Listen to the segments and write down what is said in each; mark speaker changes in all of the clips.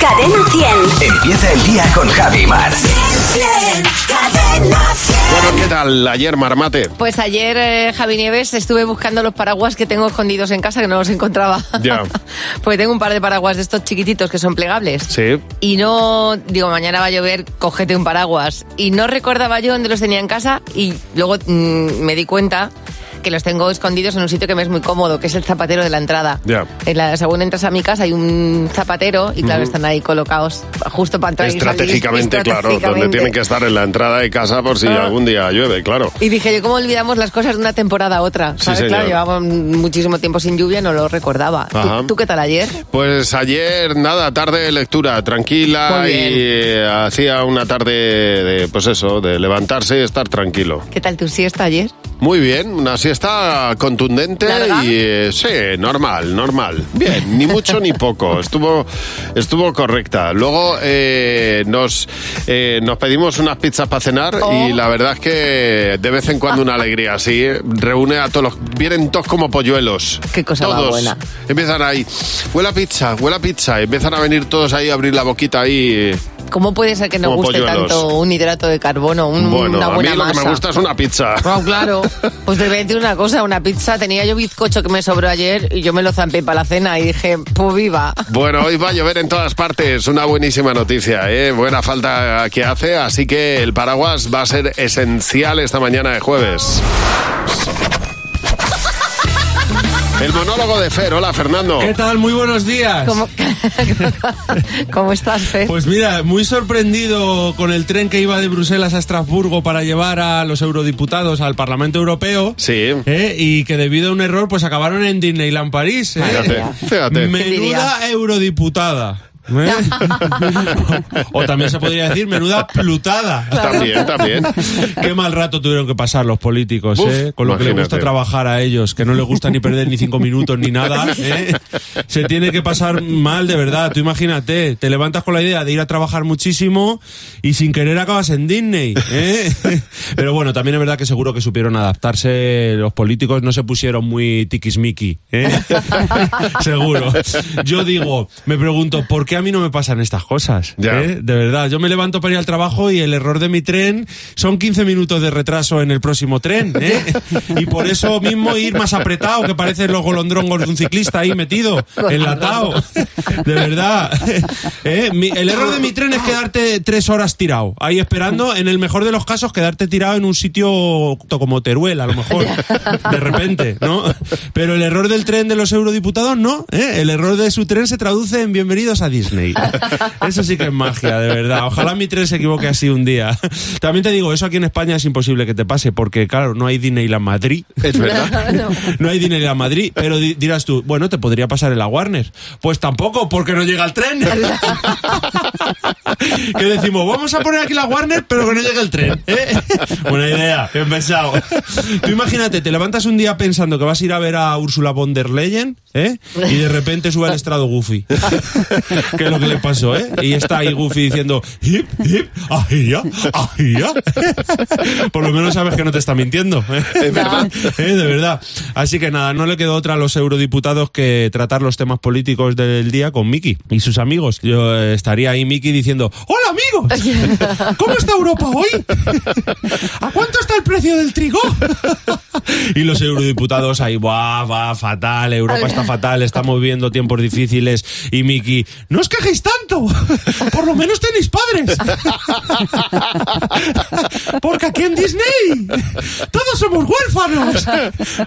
Speaker 1: Cadena 100.
Speaker 2: Empieza el día con Javi Mar.
Speaker 1: Cadena 100.
Speaker 3: Bueno, ¿qué tal ayer, Marmate?
Speaker 4: Pues ayer, eh, Javi Nieves, estuve buscando los paraguas que tengo escondidos en casa, que no los encontraba.
Speaker 3: Ya.
Speaker 4: Porque tengo un par de paraguas de estos chiquititos que son plegables.
Speaker 3: Sí.
Speaker 4: Y no, digo, mañana va a llover, cógete un paraguas. Y no recordaba yo dónde los tenía en casa y luego mm, me di cuenta que los tengo escondidos en un sitio que me es muy cómodo, que es el zapatero de la entrada.
Speaker 3: Ya.
Speaker 4: En la, según entras a mi casa hay un zapatero y claro, están ahí colocados justo para entrar y salir.
Speaker 3: Estratégicamente, claro, donde
Speaker 4: Estratégicamente. Ah.
Speaker 3: tienen que estar en la entrada de casa por si algún día llueve, claro.
Speaker 4: Y dije yo, ¿cómo olvidamos las cosas de una temporada a otra?
Speaker 3: Sí,
Speaker 4: ¿Sabes?
Speaker 3: señor.
Speaker 4: claro, llevamos muchísimo tiempo sin lluvia, no lo recordaba. ¿Tú-
Speaker 3: Ajá.
Speaker 4: ¿Tú, qué tal ayer?
Speaker 3: Pues ayer, nada, tarde de lectura, tranquila
Speaker 4: Muy
Speaker 3: y
Speaker 4: bien.
Speaker 3: eh, hacía una tarde de, pues eso, de levantarse y estar tranquilo.
Speaker 4: ¿Qué tal tu siesta ayer?
Speaker 3: Muy bien, una siesta contundente
Speaker 4: ¿Larga?
Speaker 3: y eh, sí, normal, normal. Bien, ni mucho ni poco. Estuvo, estuvo correcta. Luego eh, nos, eh, nos pedimos unas pizzas para cenar
Speaker 4: Oh.
Speaker 3: y la verdad es que de vez en cuando una alegría así eh, reúne a todos los. Vienen todos como polluelos.
Speaker 4: Qué cosa más
Speaker 3: todos.
Speaker 4: buena.
Speaker 3: Empiezan ahí, huele a pizza, huele a pizza. Empiezan a venir todos ahí a abrir la boquita ahí.
Speaker 4: ¿Cómo puede ser que no
Speaker 3: Como
Speaker 4: guste
Speaker 3: polluelos.
Speaker 4: tanto un hidrato de carbono, un-
Speaker 3: Bueno,
Speaker 4: una
Speaker 3: a mí
Speaker 4: buena
Speaker 3: lo
Speaker 4: masa?
Speaker 3: que me gusta es una pizza.
Speaker 4: Bueno, claro. Pues te voy a decir una cosa, una pizza. Tenía yo bizcocho que me sobró ayer y yo me lo zampé para la cena y dije, pues viva.
Speaker 3: Bueno, hoy va a llover en todas partes. Una buenísima noticia, ¿eh? Buena falta que hace, así que el paraguas va a ser esencial esta mañana de jueves. El monólogo de Fer. Hola, Fernando.
Speaker 5: ¿Qué tal? Muy buenos días.
Speaker 4: ¿Cómo, ¿Cómo estás, Fer?
Speaker 5: Pues mira, muy sorprendido con el tren que iba de Bruselas a Estrasburgo para llevar a los eurodiputados al Parlamento Europeo.
Speaker 3: Sí.
Speaker 5: ¿eh? Y que debido a un error pues acabaron en Disneyland París. ¿eh?
Speaker 3: Fíjate, fíjate.
Speaker 5: Menuda
Speaker 4: diría?
Speaker 5: eurodiputada. ¿eh? o también se podría decir menuda plutada.
Speaker 3: También, también.
Speaker 5: Qué mal rato tuvieron que pasar los políticos,
Speaker 3: Uf,
Speaker 5: ¿eh? Con lo que les gusta
Speaker 3: imagínate.
Speaker 5: trabajar a ellos, que no les gusta ni perder ni cinco minutos ni nada, ¿eh? Se tiene que pasar mal, de verdad. Tú imagínate, te levantas con la idea de ir a trabajar muchísimo y sin querer acabas en Disney, ¿eh? Pero bueno, también es verdad que seguro que supieron adaptarse los políticos, no se pusieron muy tiquismiqui, ¿eh? Seguro. Yo digo, me pregunto, ¿por qué a mí no me pasan estas cosas?
Speaker 3: Ya.
Speaker 5: ¿eh? De verdad, yo me levanto para ir al trabajo y el error de mi tren son 15 minutos de retraso en el próximo tren. ¿eh? Y por eso mismo ir más apretado, que parecen los golondrongos de un ciclista ahí metido, enlatado. De verdad. ¿eh? Mi- el error de mi tren es quedarte tres horas tirado, ahí esperando. En el mejor de los casos, quedarte tirado en un sitio como Teruel, a lo mejor. De repente, ¿no? Pero el error del tren de los eurodiputados, no. ¿eh? El error de su tren se traduce en bienvenidos a Disney. Eso sí que es magia, de verdad. Ojalá mi tren se equivoque así un día. También te digo, eso aquí en España es imposible que te pase, porque claro, no hay Disneyland Madrid.
Speaker 3: Es verdad.
Speaker 5: No hay Disneyland Madrid, pero di- dirás tú, bueno, te podría pasar en la Warner. Pues tampoco, porque no llega el tren. que decimos, vamos a poner aquí la Warner, pero que no llegue el tren. ¿eh? Buena idea, bien pensado. Tú imagínate, te levantas un día pensando que vas a ir a ver a Ursula von der Leyen, ¿eh? y de repente sube al estrado Goofy. que es lo que le pasó, ¿eh? Y está ahí Goofy diciendo, hip, hip, ajía, ajía. Por lo menos sabes que no te está mintiendo. ¿eh?
Speaker 3: Es verdad.
Speaker 5: Eh, de verdad. Así que nada, no le quedó otra a los eurodiputados que tratar los temas políticos del día con Miki y sus amigos. Yo eh, estaría ahí Miki diciendo, hola amigos, ¿cómo está Europa hoy? ¿A cuánto está el precio del trigo? Y los eurodiputados ahí, va, va, fatal, Europa está fatal, estamos viviendo tiempos difíciles. Y Miki, no os quejéis tanto, por lo menos tenéis padres. Porque aquí en Disney todos somos huérfanos.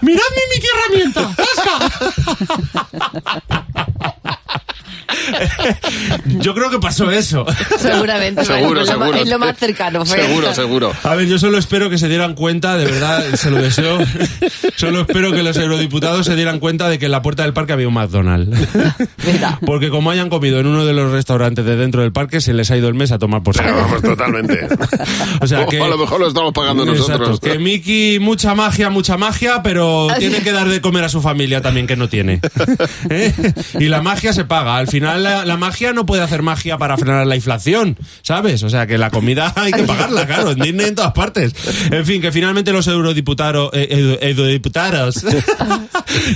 Speaker 5: Mirad mi Mickey herramienta. ¡zasca! Yo creo que pasó eso.
Speaker 4: Seguramente.
Speaker 3: Seguro,
Speaker 4: es lo, ma-
Speaker 3: seguro.
Speaker 4: Es lo más cercano, Fer.
Speaker 3: Seguro, seguro.
Speaker 5: A ver, yo solo espero que se dieran cuenta, de verdad, se lo deseo. Solo espero que los eurodiputados se dieran cuenta de que en la puerta del parque había un McDonald's.
Speaker 4: Mira.
Speaker 5: Porque como hayan comido en uno de los restaurantes de dentro del parque, se les ha ido el mes a tomar por
Speaker 3: Pero
Speaker 5: saco.
Speaker 3: vamos, pues totalmente.
Speaker 5: O sea que-
Speaker 3: a lo mejor lo estamos pagando
Speaker 5: Exacto,
Speaker 3: nosotros.
Speaker 5: Que Mickey, mucha magia, mucha magia, pero tiene que dar de comer a su familia también, que no tiene. ¿Eh? Y la magia se paga. Al final final la, la magia no puede hacer magia para frenar la inflación, ¿sabes? O sea que la comida hay que pagarla, claro, en Disney en todas partes. En fin, que finalmente los eh, eurodiputados eurodiputados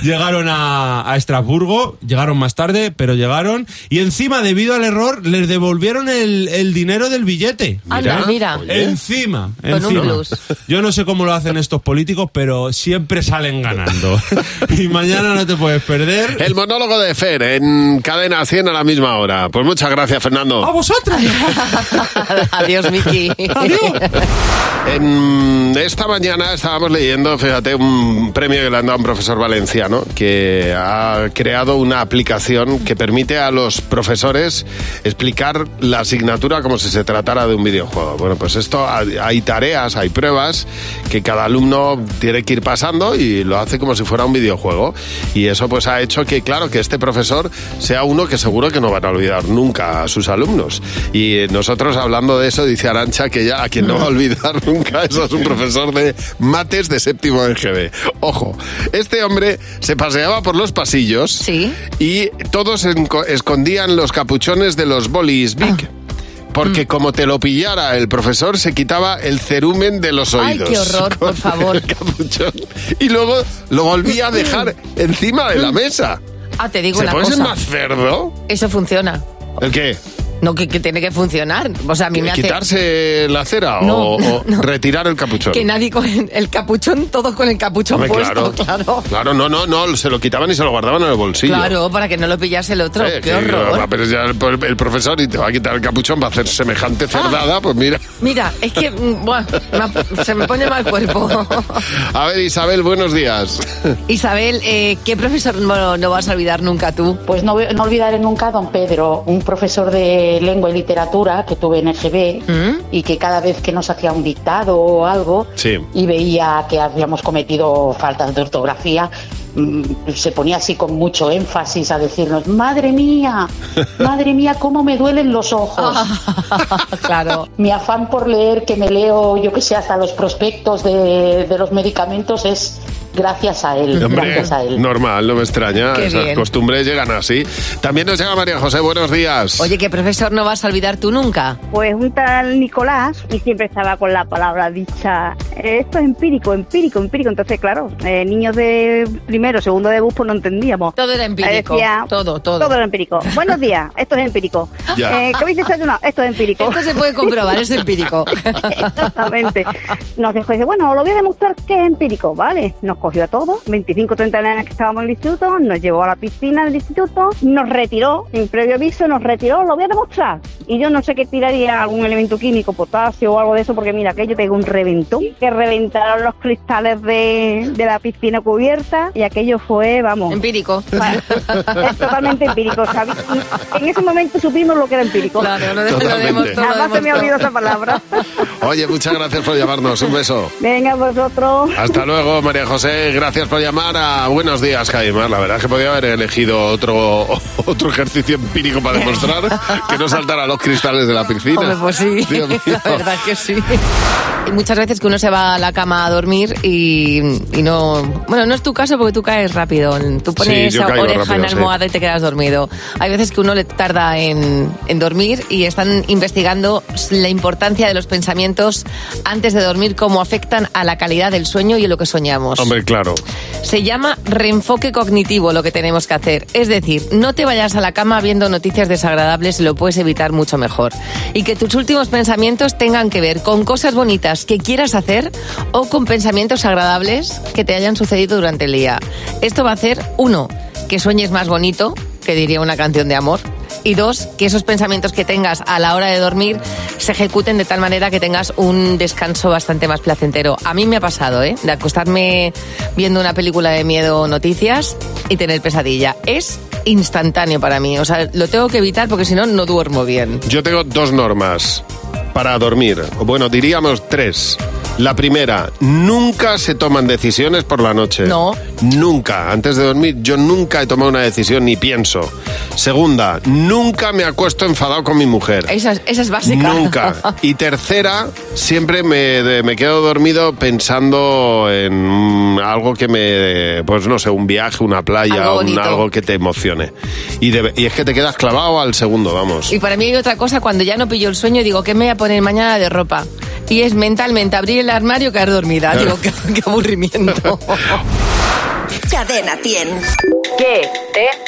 Speaker 5: llegaron a, a Estrasburgo, llegaron más tarde, pero llegaron y encima debido al error les devolvieron el, el dinero del billete.
Speaker 4: Anda, mira.
Speaker 5: Encima,
Speaker 4: Con un
Speaker 5: encima.
Speaker 4: plus.
Speaker 5: Yo no sé cómo lo hacen estos políticos, pero siempre salen ganando. y mañana no te puedes perder.
Speaker 3: El monólogo de Fer en Cadena 100 a la misma hora. Pues muchas gracias, Fernando.
Speaker 5: ¡A vosotros!
Speaker 4: Adiós, Miki.
Speaker 3: En- esta mañana estábamos leyendo, fíjate, un premio que le han dado a un profesor valenciano que ha creado una aplicación que permite a los profesores explicar la asignatura como si se tratara de un videojuego. Bueno, pues esto hay hay tareas, hay pruebas que cada alumno tiene que ir pasando y lo hace como si fuera un videojuego. Y eso pues ha hecho que, claro, que este profesor sea uno que seguro que no van a olvidar nunca a sus alumnos. Y eh, nosotros hablando de eso, dice Arancha que ya a quien no
Speaker 4: Mm.
Speaker 3: va a olvidar nunca eso es un profesor de mates de séptimo de GB. Ojo, este hombre se paseaba por los pasillos
Speaker 4: Sí.
Speaker 3: y todos enco- escondían los capuchones de los bolis big.
Speaker 4: Ah. Mm.
Speaker 3: Porque como te lo pillara el profesor, se quitaba el cerumen de los
Speaker 4: Ay,
Speaker 3: oídos.
Speaker 4: qué horror, por
Speaker 3: con
Speaker 4: favor.
Speaker 3: el capuchón. Y luego lo volvía a dejar encima de la mesa.
Speaker 4: Ah, te digo
Speaker 3: ¿Se
Speaker 4: una
Speaker 3: puede ser
Speaker 4: cosa.
Speaker 3: más cerdo?
Speaker 4: Eso funciona.
Speaker 3: ¿El qué?
Speaker 4: No, que, que tiene que funcionar. O sea, a mí me hace...
Speaker 3: ¿Quitarse la cera
Speaker 4: No,
Speaker 3: o, o
Speaker 4: no.
Speaker 3: retirar el capuchón?
Speaker 4: Que nadie con el capuchón, todos con el capuchón
Speaker 3: Hombre,
Speaker 4: puesto, claro.
Speaker 3: Claro, no, no, no, se lo quitaban y se lo guardaban en el bolsillo.
Speaker 4: Claro, para que no lo pillase el otro.
Speaker 3: Eh,
Speaker 4: Qué
Speaker 3: que va a
Speaker 4: horror.
Speaker 3: aparecer el, el profesor y te va a quitar el capuchón, va a hacer
Speaker 4: Ah.
Speaker 3: semejante cerdada, pues mira.
Speaker 4: Mira, es que mm, buah, me ha- se me pone mal cuerpo.
Speaker 3: A ver, Isabel, buenos días.
Speaker 4: Isabel, eh, ¿qué profesor no, no vas a olvidar nunca tú?
Speaker 1: Pues no, no olvidaré nunca a don Pedro, un profesor de lengua y literatura que tuve en el GB
Speaker 4: ¿Mm?
Speaker 1: y que cada vez que nos hacía un dictado o algo
Speaker 3: Sí.
Speaker 1: y veía que habíamos cometido faltas de ortografía, mm, se ponía así con mucho énfasis a decirnos, madre mía, madre mía, cómo me duelen los ojos.
Speaker 4: Ah, claro.
Speaker 1: Mi afán por leer, que me leo, yo que sé, hasta los prospectos de, de los medicamentos es gracias a él,
Speaker 3: Hombre,
Speaker 1: gracias a él.
Speaker 3: normal, no me extraña.
Speaker 4: Qué
Speaker 3: Esas
Speaker 4: bien.
Speaker 3: costumbres llegan así. También nos llega María José, buenos días.
Speaker 4: Oye, ¿qué profesor no vas a olvidar tú nunca?
Speaker 6: Pues un tal Nicolás, y siempre estaba con la palabra dicha, eh, esto es empírico, empírico, empírico. Entonces, claro, eh, niños de primero, segundo de bus, pues no entendíamos.
Speaker 4: Todo era empírico.
Speaker 6: Eh, decía-
Speaker 4: todo, todo.
Speaker 6: Todo era empírico. Buenos días, esto es empírico.
Speaker 3: Ya.
Speaker 6: Eh, ¿Qué habéis desayunado? Esto es empírico.
Speaker 4: Esto se puede comprobar, es empírico.
Speaker 6: Exactamente. Nos dejó y dice, bueno, os lo voy a demostrar que es empírico, ¿vale? Nos cogió a todos, 25, 30 nenas que estábamos en el instituto, nos llevó a la piscina del instituto, nos retiró, sin previo aviso, nos retiró, lo voy a demostrar. Y yo no sé qué tiraría, algún elemento químico, potasio o algo de eso, porque mira, aquello pegó un reventón, que reventaron los cristales de, de la piscina cubierta y aquello fue, vamos,
Speaker 4: empírico.
Speaker 6: es totalmente empírico. ¿sabes? En ese momento supimos lo que era empírico.
Speaker 4: Claro, lo, de, lo
Speaker 3: Totalmente.
Speaker 4: demostró. lo
Speaker 6: Jamás se me
Speaker 4: demostró.
Speaker 6: olvidó esa palabra.
Speaker 3: Oye, muchas gracias por llamarnos. Un beso.
Speaker 6: Venga vosotros.
Speaker 3: Hasta luego, María José. Gracias por llamar a Buenos Días, Jaimar. La verdad es que podía haber elegido otro, otro ejercicio empírico para demostrar que no saltara los cristales de la piscina.
Speaker 4: Hombre, pues sí,
Speaker 3: Dios mío.
Speaker 4: la verdad es que sí. Y muchas veces que uno se va a la cama a dormir y, y no... Bueno, no es tu caso porque tú caes rápido. Tú pones
Speaker 3: yo
Speaker 4: la
Speaker 3: caigo
Speaker 4: oreja en
Speaker 3: rápido,
Speaker 4: la
Speaker 3: sí.
Speaker 4: almohada y te quedas dormido. Hay veces que uno le tarda en, en dormir y están investigando la importancia de los pensamientos antes de dormir, cómo afectan a la calidad del sueño y en lo que soñamos.
Speaker 3: Hombre, claro.
Speaker 4: Se llama reenfoque cognitivo lo que tenemos que hacer. Es decir, no te vayas a la cama viendo noticias desagradables, lo puedes evitar mucho mejor. Y que tus últimos pensamientos tengan que ver con cosas bonitas que quieras hacer o con pensamientos agradables que te hayan sucedido durante el día. Esto va a hacer, uno, que sueñes más bonito, que diría una canción de amor. Y dos, que esos pensamientos que tengas a la hora de dormir se ejecuten de tal manera que tengas un descanso bastante más placentero. A mí me ha pasado, ¿eh? De acostarme viendo una película de miedo o noticias y tener pesadilla. Es instantáneo para mí. O sea, lo tengo que evitar porque si no, no duermo bien.
Speaker 3: Yo tengo dos normas para dormir. O Bueno, diríamos tres. La primera, nunca se toman decisiones por la noche.
Speaker 4: No.
Speaker 3: Nunca. Antes de dormir, yo nunca he tomado una decisión ni pienso. Segunda, nunca me acuesto enfadado con mi mujer.
Speaker 4: Esa, es- esa es básica.
Speaker 3: Nunca. Y tercera, siempre me, de- me quedo dormido pensando en mm, algo que me, pues no sé, un viaje, una playa,
Speaker 4: Algo
Speaker 3: un-
Speaker 4: bonito.
Speaker 3: algo que te emocione. Y, de- y es que te quedas clavado al segundo, vamos.
Speaker 4: Y para mí hay otra cosa, cuando ya no pillo el sueño, digo, ¿qué me voy a poner mañana de ropa? Y es mentalmente abrir el armario y caer dormida.
Speaker 3: Claro.
Speaker 4: Digo, qué, qué aburrimiento.
Speaker 7: Cadena 100.
Speaker 8: ¿Qué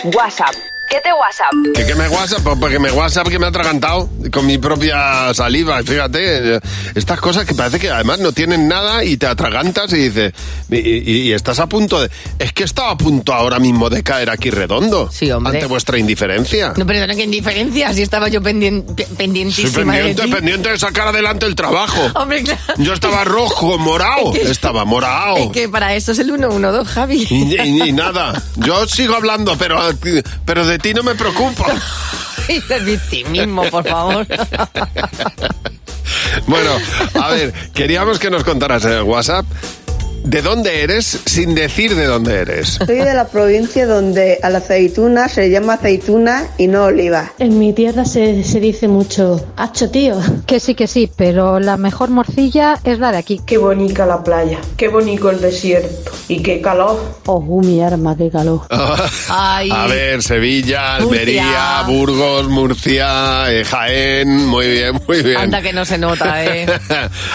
Speaker 8: te WhatsApp? ¿Qué te WhatsApp?
Speaker 3: Que, que me WhatsApp, pues, porque me WhatsApp que me ha atragantado con mi propia saliva. Fíjate, eh, estas cosas que parece que además no tienen nada y te atragantas y dices, y, y- y estás a punto de. Es que estaba a punto ahora mismo de caer aquí redondo.
Speaker 4: Sí, hombre.
Speaker 3: Ante vuestra indiferencia.
Speaker 4: No, perdona, qué indiferencia, si estaba yo pendien- pe-
Speaker 3: Soy
Speaker 4: pendientísima de
Speaker 3: pendiente,
Speaker 4: ti.
Speaker 3: pendiente de sacar adelante el trabajo.
Speaker 4: Hombre, claro.
Speaker 3: Yo estaba rojo, morado.
Speaker 4: Es que-
Speaker 3: Estaba
Speaker 4: Es
Speaker 3: morado.
Speaker 4: que para esto es el 112, Javi.
Speaker 3: Y, y- y nada. Yo sigo hablando, pero, a ti- pero de ti no me preocupo.
Speaker 4: Y el victimismo, por favor.
Speaker 3: Bueno, a ver, queríamos que nos contaras en el WhatsApp de dónde eres sin decir de dónde eres.
Speaker 9: Soy de la provincia donde a la aceituna se le llama aceituna y no oliva.
Speaker 10: En mi tierra se, se dice mucho, hacho tío.
Speaker 11: Que sí, que sí, pero la mejor morcilla es la de aquí.
Speaker 9: Qué bonita la playa, qué bonito el desierto y qué calor.
Speaker 10: Oh, mi arma, qué calor.
Speaker 4: Ay.
Speaker 3: A ver, Sevilla, Almería,
Speaker 4: Murcia.
Speaker 3: Burgos, Murcia, eh, Jaén. Muy bien, muy bien.
Speaker 4: Anda que no se nota, ¿eh?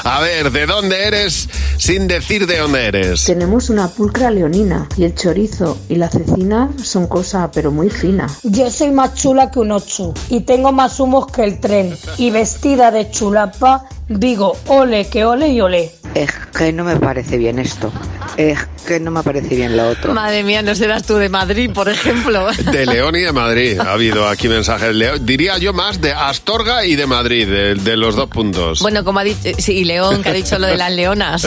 Speaker 3: A ver, ¿de dónde eres sin decir de dónde eres?
Speaker 10: Tenemos una pulcra leonina y el chorizo y la cecina son cosas pero muy finas.
Speaker 11: Yo soy más chula que un ocho y tengo más humos que el tren. Y vestida de chulapa, digo, ole, que ole y ole.
Speaker 9: Es que no me parece bien esto, es que no me parece bien lo otro.
Speaker 4: Madre mía, no serás tú de Madrid, por ejemplo.
Speaker 3: De León y de Madrid. Ha habido aquí mensajes. Leo- diría yo más de Astorga y de Madrid, de, de los dos puntos.
Speaker 4: Bueno, como ha dicho, sí, León, que ha dicho lo de las leonas.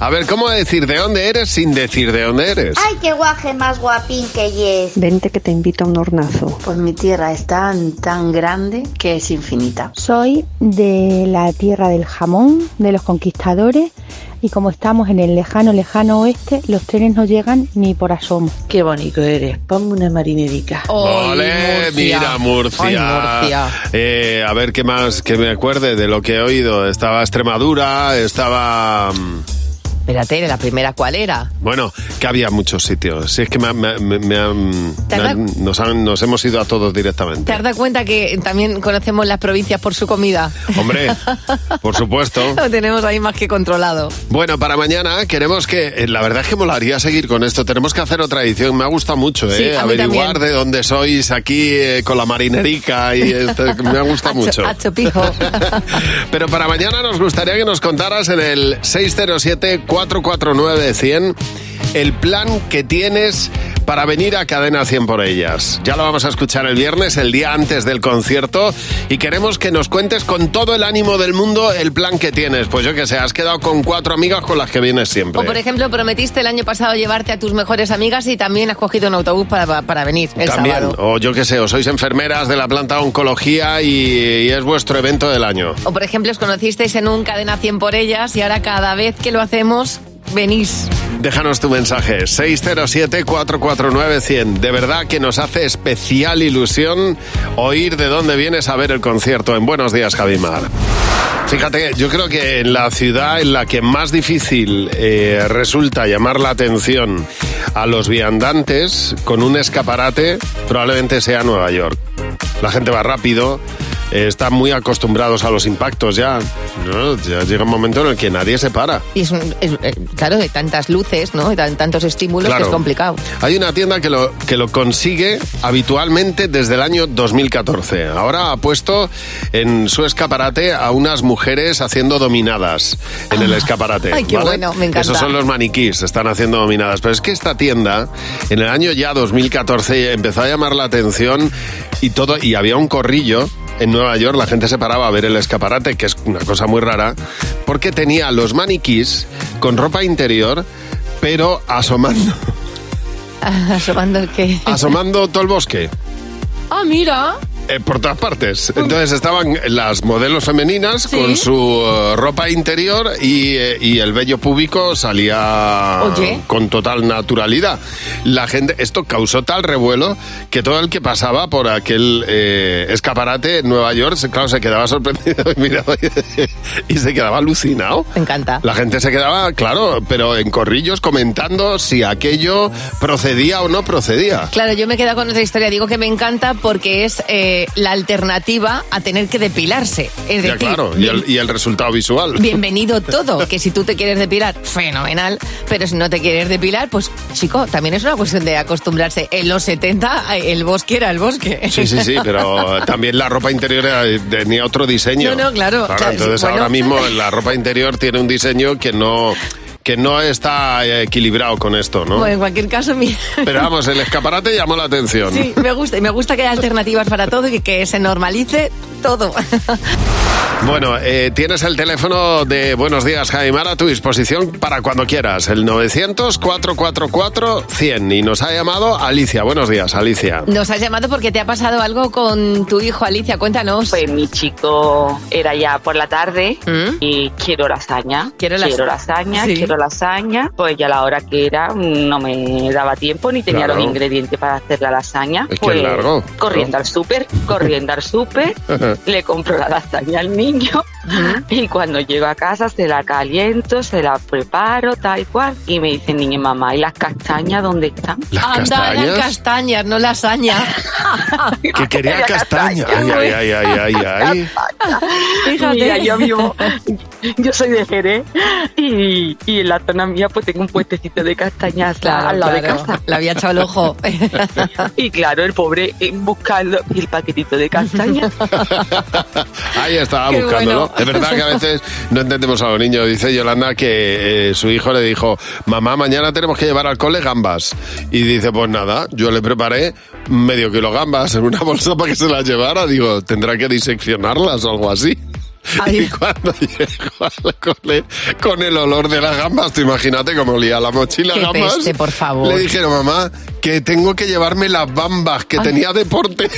Speaker 3: A ver, ¿cómo decir de dónde eres sin decir de dónde eres?
Speaker 7: Ay, qué guaje más guapín que yes.
Speaker 9: Vente que te invito a un hornazo.
Speaker 10: Pues mi tierra es tan, tan grande que es infinita.
Speaker 11: Soy de la tierra del jamón, de los conquistadores, y como estamos en el lejano, lejano oeste, los trenes no llegan ni por asomo.
Speaker 10: Qué bonito eres, ponme una marinerica.
Speaker 4: Ay,
Speaker 3: Ole, mira Murcia.
Speaker 4: Ay, Murcia.
Speaker 3: Eh, a ver qué más que me acuerde de lo que he oído. Estaba Extremadura, estaba. mm,
Speaker 4: Espérate, ¿la primera cuál era?
Speaker 3: Bueno, que había muchos sitios. Si es que me, me- me- me han-
Speaker 4: ¿Te
Speaker 3: me
Speaker 4: has
Speaker 3: han- nos, han- nos hemos ido a todos
Speaker 4: ¿Te
Speaker 3: directamente.
Speaker 4: has dado cuenta que también conocemos las provincias por su comida?
Speaker 3: Hombre, por supuesto.
Speaker 4: Lo tenemos ahí más que controlado.
Speaker 3: Bueno, para mañana queremos que. eh, La verdad es que molaría seguir con esto. Tenemos que hacer otra edición. Me ha gustado mucho,
Speaker 4: Sí,
Speaker 3: ¿eh?
Speaker 4: a mí
Speaker 3: Averiguar
Speaker 4: también.
Speaker 3: de dónde sois aquí eh, con la marinerica y esto, que Me ha gustado
Speaker 4: Hacho-
Speaker 3: mucho.
Speaker 4: hacho pijo.
Speaker 3: Pero para mañana nos gustaría que nos contaras en el 607-449-100 el plan que tienes para venir a Cadena 100 por ellas. Ya lo vamos a escuchar el viernes, el día antes del concierto, y queremos que nos cuentes con todo el ánimo del mundo el plan que tienes. Pues yo que sé, has quedado con cuatro amigas con las que vienes siempre.
Speaker 4: O, por ejemplo, prometiste el año pasado llevarte a tus mejores amigas y también has cogido un autobús para, para venir el
Speaker 3: También,
Speaker 4: sábado.
Speaker 3: o yo que sé, o sois enfermeras de la planta oncología y- y es vuestro evento del año.
Speaker 4: O, por ejemplo, os conocisteis en un cadena 100 por ellas y ahora cada vez que lo hacemos, venís.
Speaker 3: Déjanos tu mensaje, 607-449-100. De verdad que nos hace especial ilusión oír de dónde vienes a ver el concierto en Buenos Días, Javimar. Fíjate, yo creo que en la ciudad en la que más difícil eh, resulta llamar la atención a los viandantes con un escaparate probablemente sea Nueva York. La gente va rápido, eh, están muy acostumbrados a los impactos ya. ¿no? Ya llega un momento en el que nadie se para.
Speaker 4: Y es, un- es- eh, claro, de tantas luces, ¿no? De tan- tantos estímulos que es complicado.
Speaker 3: Hay una tienda que lo, que lo consigue habitualmente desde el año 2014. Ahora ha puesto en su escaparate a unas mujeres haciendo dominadas en el escaparate.
Speaker 4: Ah. ay, qué bueno, me encanta.
Speaker 3: Esos son los maniquís, están haciendo dominadas. Pero es que esta tienda, en el año ya 2014, empezó a llamar la atención y todo, y había un corrillo. En Nueva York la gente se paraba a ver el escaparate, que es una cosa muy rara, porque tenía los maniquís con ropa interior, pero asomando
Speaker 4: Asomando el que...
Speaker 3: asomando todo el bosque.
Speaker 4: Ah, mira.
Speaker 3: eh, por todas partes. Entonces estaban las modelos femeninas con su eh, ropa interior y, eh, y el vello púbico salía
Speaker 4: Oye.
Speaker 3: con total naturalidad. La gente, esto causó tal revuelo que todo el que pasaba por aquel eh, escaparate en Nueva York, se- claro, se quedaba sorprendido y miraba y, y se quedaba alucinado.
Speaker 4: Me encanta.
Speaker 3: La gente se quedaba, claro, pero en corrillos comentando si aquello procedía o no procedía.
Speaker 4: Claro, yo me he quedado con otra historia. Digo que me encanta porque es eh, la alternativa a tener que depilarse. Es
Speaker 3: Ya,
Speaker 4: decir,
Speaker 3: claro, y el, y el resultado visual.
Speaker 4: bienvenido todo. Que si tú te quieres depilar, fenomenal. Pero si no te quieres depilar, pues chico, también es una cuestión de acostumbrarse. En los 70 el bosque era el bosque.
Speaker 3: Sí, sí, sí, pero también la ropa interior era- tenía otro diseño.
Speaker 4: No, no, claro, claro,
Speaker 3: entonces
Speaker 4: sí, bueno.
Speaker 3: ahora mismo la ropa interior tiene un diseño que no, que no está equilibrado con esto, ¿no?
Speaker 4: Bueno, Pues en cualquier caso, mira.
Speaker 3: Pero vamos, el escaparate llamó la atención.
Speaker 4: Sí, me gusta. Y me gusta que haya alternativas para todo y que se normalice todo.
Speaker 3: Bueno, eh, tienes el teléfono de Buenos Días, Jaimar, a tu disposición para cuando quieras. El 900-444-100. Y nos ha llamado Alicia. Buenos días, Alicia.
Speaker 4: Nos has llamado porque te ha pasado algo con tu hijo, Alicia. Cuéntanos.
Speaker 12: Pues mi chico era ya por la tarde y quiero lasaña.
Speaker 4: ¿Mm? Quiero las-
Speaker 12: lasaña,
Speaker 4: Sí.
Speaker 12: quiero lasaña. Pues ya la hora que era no me daba tiempo ni tenía
Speaker 3: Claro.
Speaker 12: los ingredientes para hacer la lasaña.
Speaker 3: Es que
Speaker 12: pues
Speaker 3: es largo,
Speaker 12: corriendo
Speaker 3: claro.
Speaker 12: al súper, corriendo al súper, le compro la lasaña al niño y cuando llego a casa se la caliento, se la preparo, tal y cual. Y me dice, niña mamá, ¿y las castañas dónde están?
Speaker 4: Anda, las castañas, no lasaña.
Speaker 3: Que quería castaña. Ay, ay, ay, ay, ay, ay.
Speaker 4: Fíjate.
Speaker 12: Mira, yo vivo, yo soy de Jerez y, y en la zona mía pues tengo un puestecito de castañas al lado de
Speaker 4: claro,
Speaker 12: casa.
Speaker 4: Le había echado el ojo.
Speaker 12: Y claro, el pobre eh, buscando el paquetito de castañas.
Speaker 3: Ahí estaba
Speaker 12: Qué
Speaker 3: buscándolo.
Speaker 12: bueno.
Speaker 3: Es verdad que a veces no entendemos a los niños. Dice Yolanda que eh, su hijo le dijo, mamá, mañana tenemos que llevar al cole gambas. Y dice, pues nada, yo le preparé medio kilo gambas en una bolsa para que se las llevara. Digo, tendrá que diseccionarlas o algo así. Y cuando llegó al cole con el olor de las gambas, tú imagínate cómo olía la mochila
Speaker 4: Qué
Speaker 3: gambas.
Speaker 4: peste, por favor.
Speaker 3: Le dijeron, mamá, que tengo que llevarme las bambas, que
Speaker 4: Ay.
Speaker 3: tenía deporte.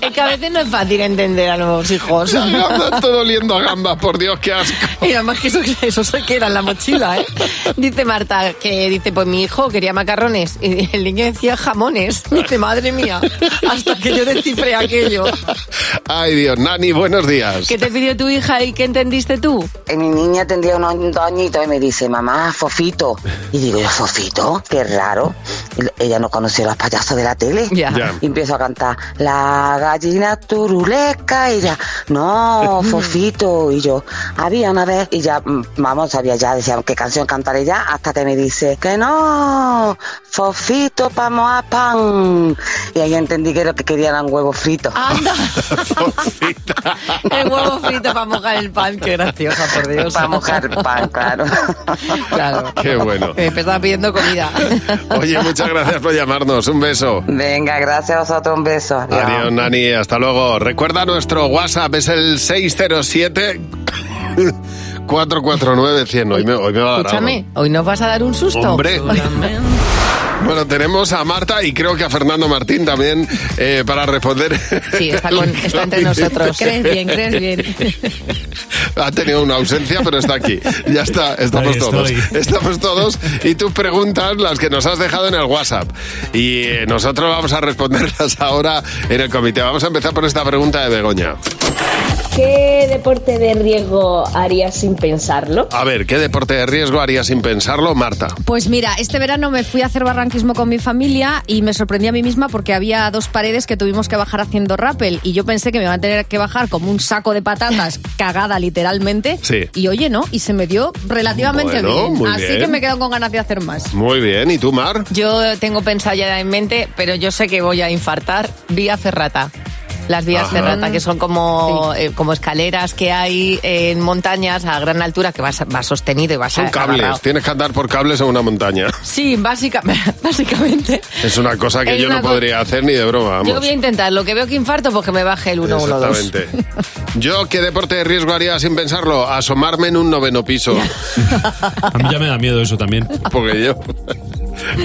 Speaker 4: Es que a veces no es fácil entender a los hijos.
Speaker 3: Las gambas, todo oliendo a gambas, por Dios, qué asco.
Speaker 4: Y además que eso, eso se queda en la mochila, ¿eh? Dice Marta, que dice, pues mi hijo quería macarrones. Y el niño decía jamones. Dice, madre mía, hasta que yo descifré aquello.
Speaker 3: Ay, Dios, Nani, buenos días.
Speaker 4: ¿Qué te pidió tu hija y qué entendiste tú?
Speaker 13: Eh, Mi niña tendría unos dos añitos y me dice, mamá, Fofito. Y digo yo, ¿Fofito? Qué raro. Y- Ella no conoció a los payasos de la tele.
Speaker 14: Ya.
Speaker 13: Y empiezo a cantar, la gallina turuleca. Y ella, no, Fofito. Y yo, había una vez. Y ya, mm, vamos, sabía ya, decía, ¿qué canción cantaré ya? Hasta que me dice, que no, Fofito, vamos a pan. Y ahí entendí que lo que querían eran huevos fritos.
Speaker 4: ¡Anda! El huevo frito para mojar el pan, qué graciosa, por Dios.
Speaker 13: Para mojar el pan, claro.
Speaker 4: Claro.
Speaker 3: Qué bueno.
Speaker 4: Me estaba pidiendo comida.
Speaker 3: Oye, muchas gracias por llamarnos. Un beso.
Speaker 13: Venga, gracias a vosotros, un beso. Adiós.
Speaker 3: Adiós, Nani. Hasta luego. Recuerda nuestro WhatsApp, es el 607 449 100. Hoy me, hoy me va a dar algo.
Speaker 4: Escúchame, hoy nos vas a dar un susto.
Speaker 3: Hombre. Bueno, tenemos a Marta y creo que a Fernando Martín también eh, para responder.
Speaker 4: Sí, está, con- está entre nosotros.
Speaker 3: Ha tenido una ausencia, pero está aquí. Ya está, estamos
Speaker 15: Ahí
Speaker 3: todos.
Speaker 15: estoy.
Speaker 3: Estamos todos y tus preguntas, las que nos has dejado en el WhatsApp. Y eh, nosotros vamos a responderlas ahora en el comité. Vamos a empezar por esta pregunta de Begoña.
Speaker 16: ¿Qué deporte de riesgo harías sin pensarlo?
Speaker 3: A ver, ¿qué deporte de riesgo haría sin pensarlo, Marta?
Speaker 17: Pues mira, este verano me fui a hacer barranquismo con mi familia y me sorprendí a mí misma porque había dos paredes que tuvimos que bajar haciendo rappel y yo pensé que me iban a tener que bajar como un saco de patatas cagada literalmente
Speaker 3: Sí.
Speaker 17: y oye no y se me dio relativamente
Speaker 3: Bueno, muy
Speaker 17: bien así
Speaker 3: bien.
Speaker 17: que me quedo con ganas de hacer más.
Speaker 3: Muy bien, ¿y tú, Mar?
Speaker 4: Yo tengo pensado ya en mente, pero yo sé que voy a infartar vía ferrata. Las vías
Speaker 3: Ajá.
Speaker 4: ferrata, que son como, eh, como escaleras que hay en montañas a gran altura, que vas, vas sostenido y vas
Speaker 3: Son cables.
Speaker 4: agarrado.
Speaker 3: Tienes que andar por cables en una montaña.
Speaker 4: Sí, básica- básicamente.
Speaker 3: Es una cosa que
Speaker 4: Es
Speaker 3: yo
Speaker 4: una
Speaker 3: no
Speaker 4: co-
Speaker 3: podría hacer ni de broma, vamos.
Speaker 4: Yo voy a intentar, lo que veo que infarto, pues que me baje el 112.
Speaker 3: Exactamente. Yo, ¿qué deporte de riesgo haría sin pensarlo? Asomarme en un noveno piso.
Speaker 5: A mí ya me da miedo eso también.
Speaker 3: Porque yo.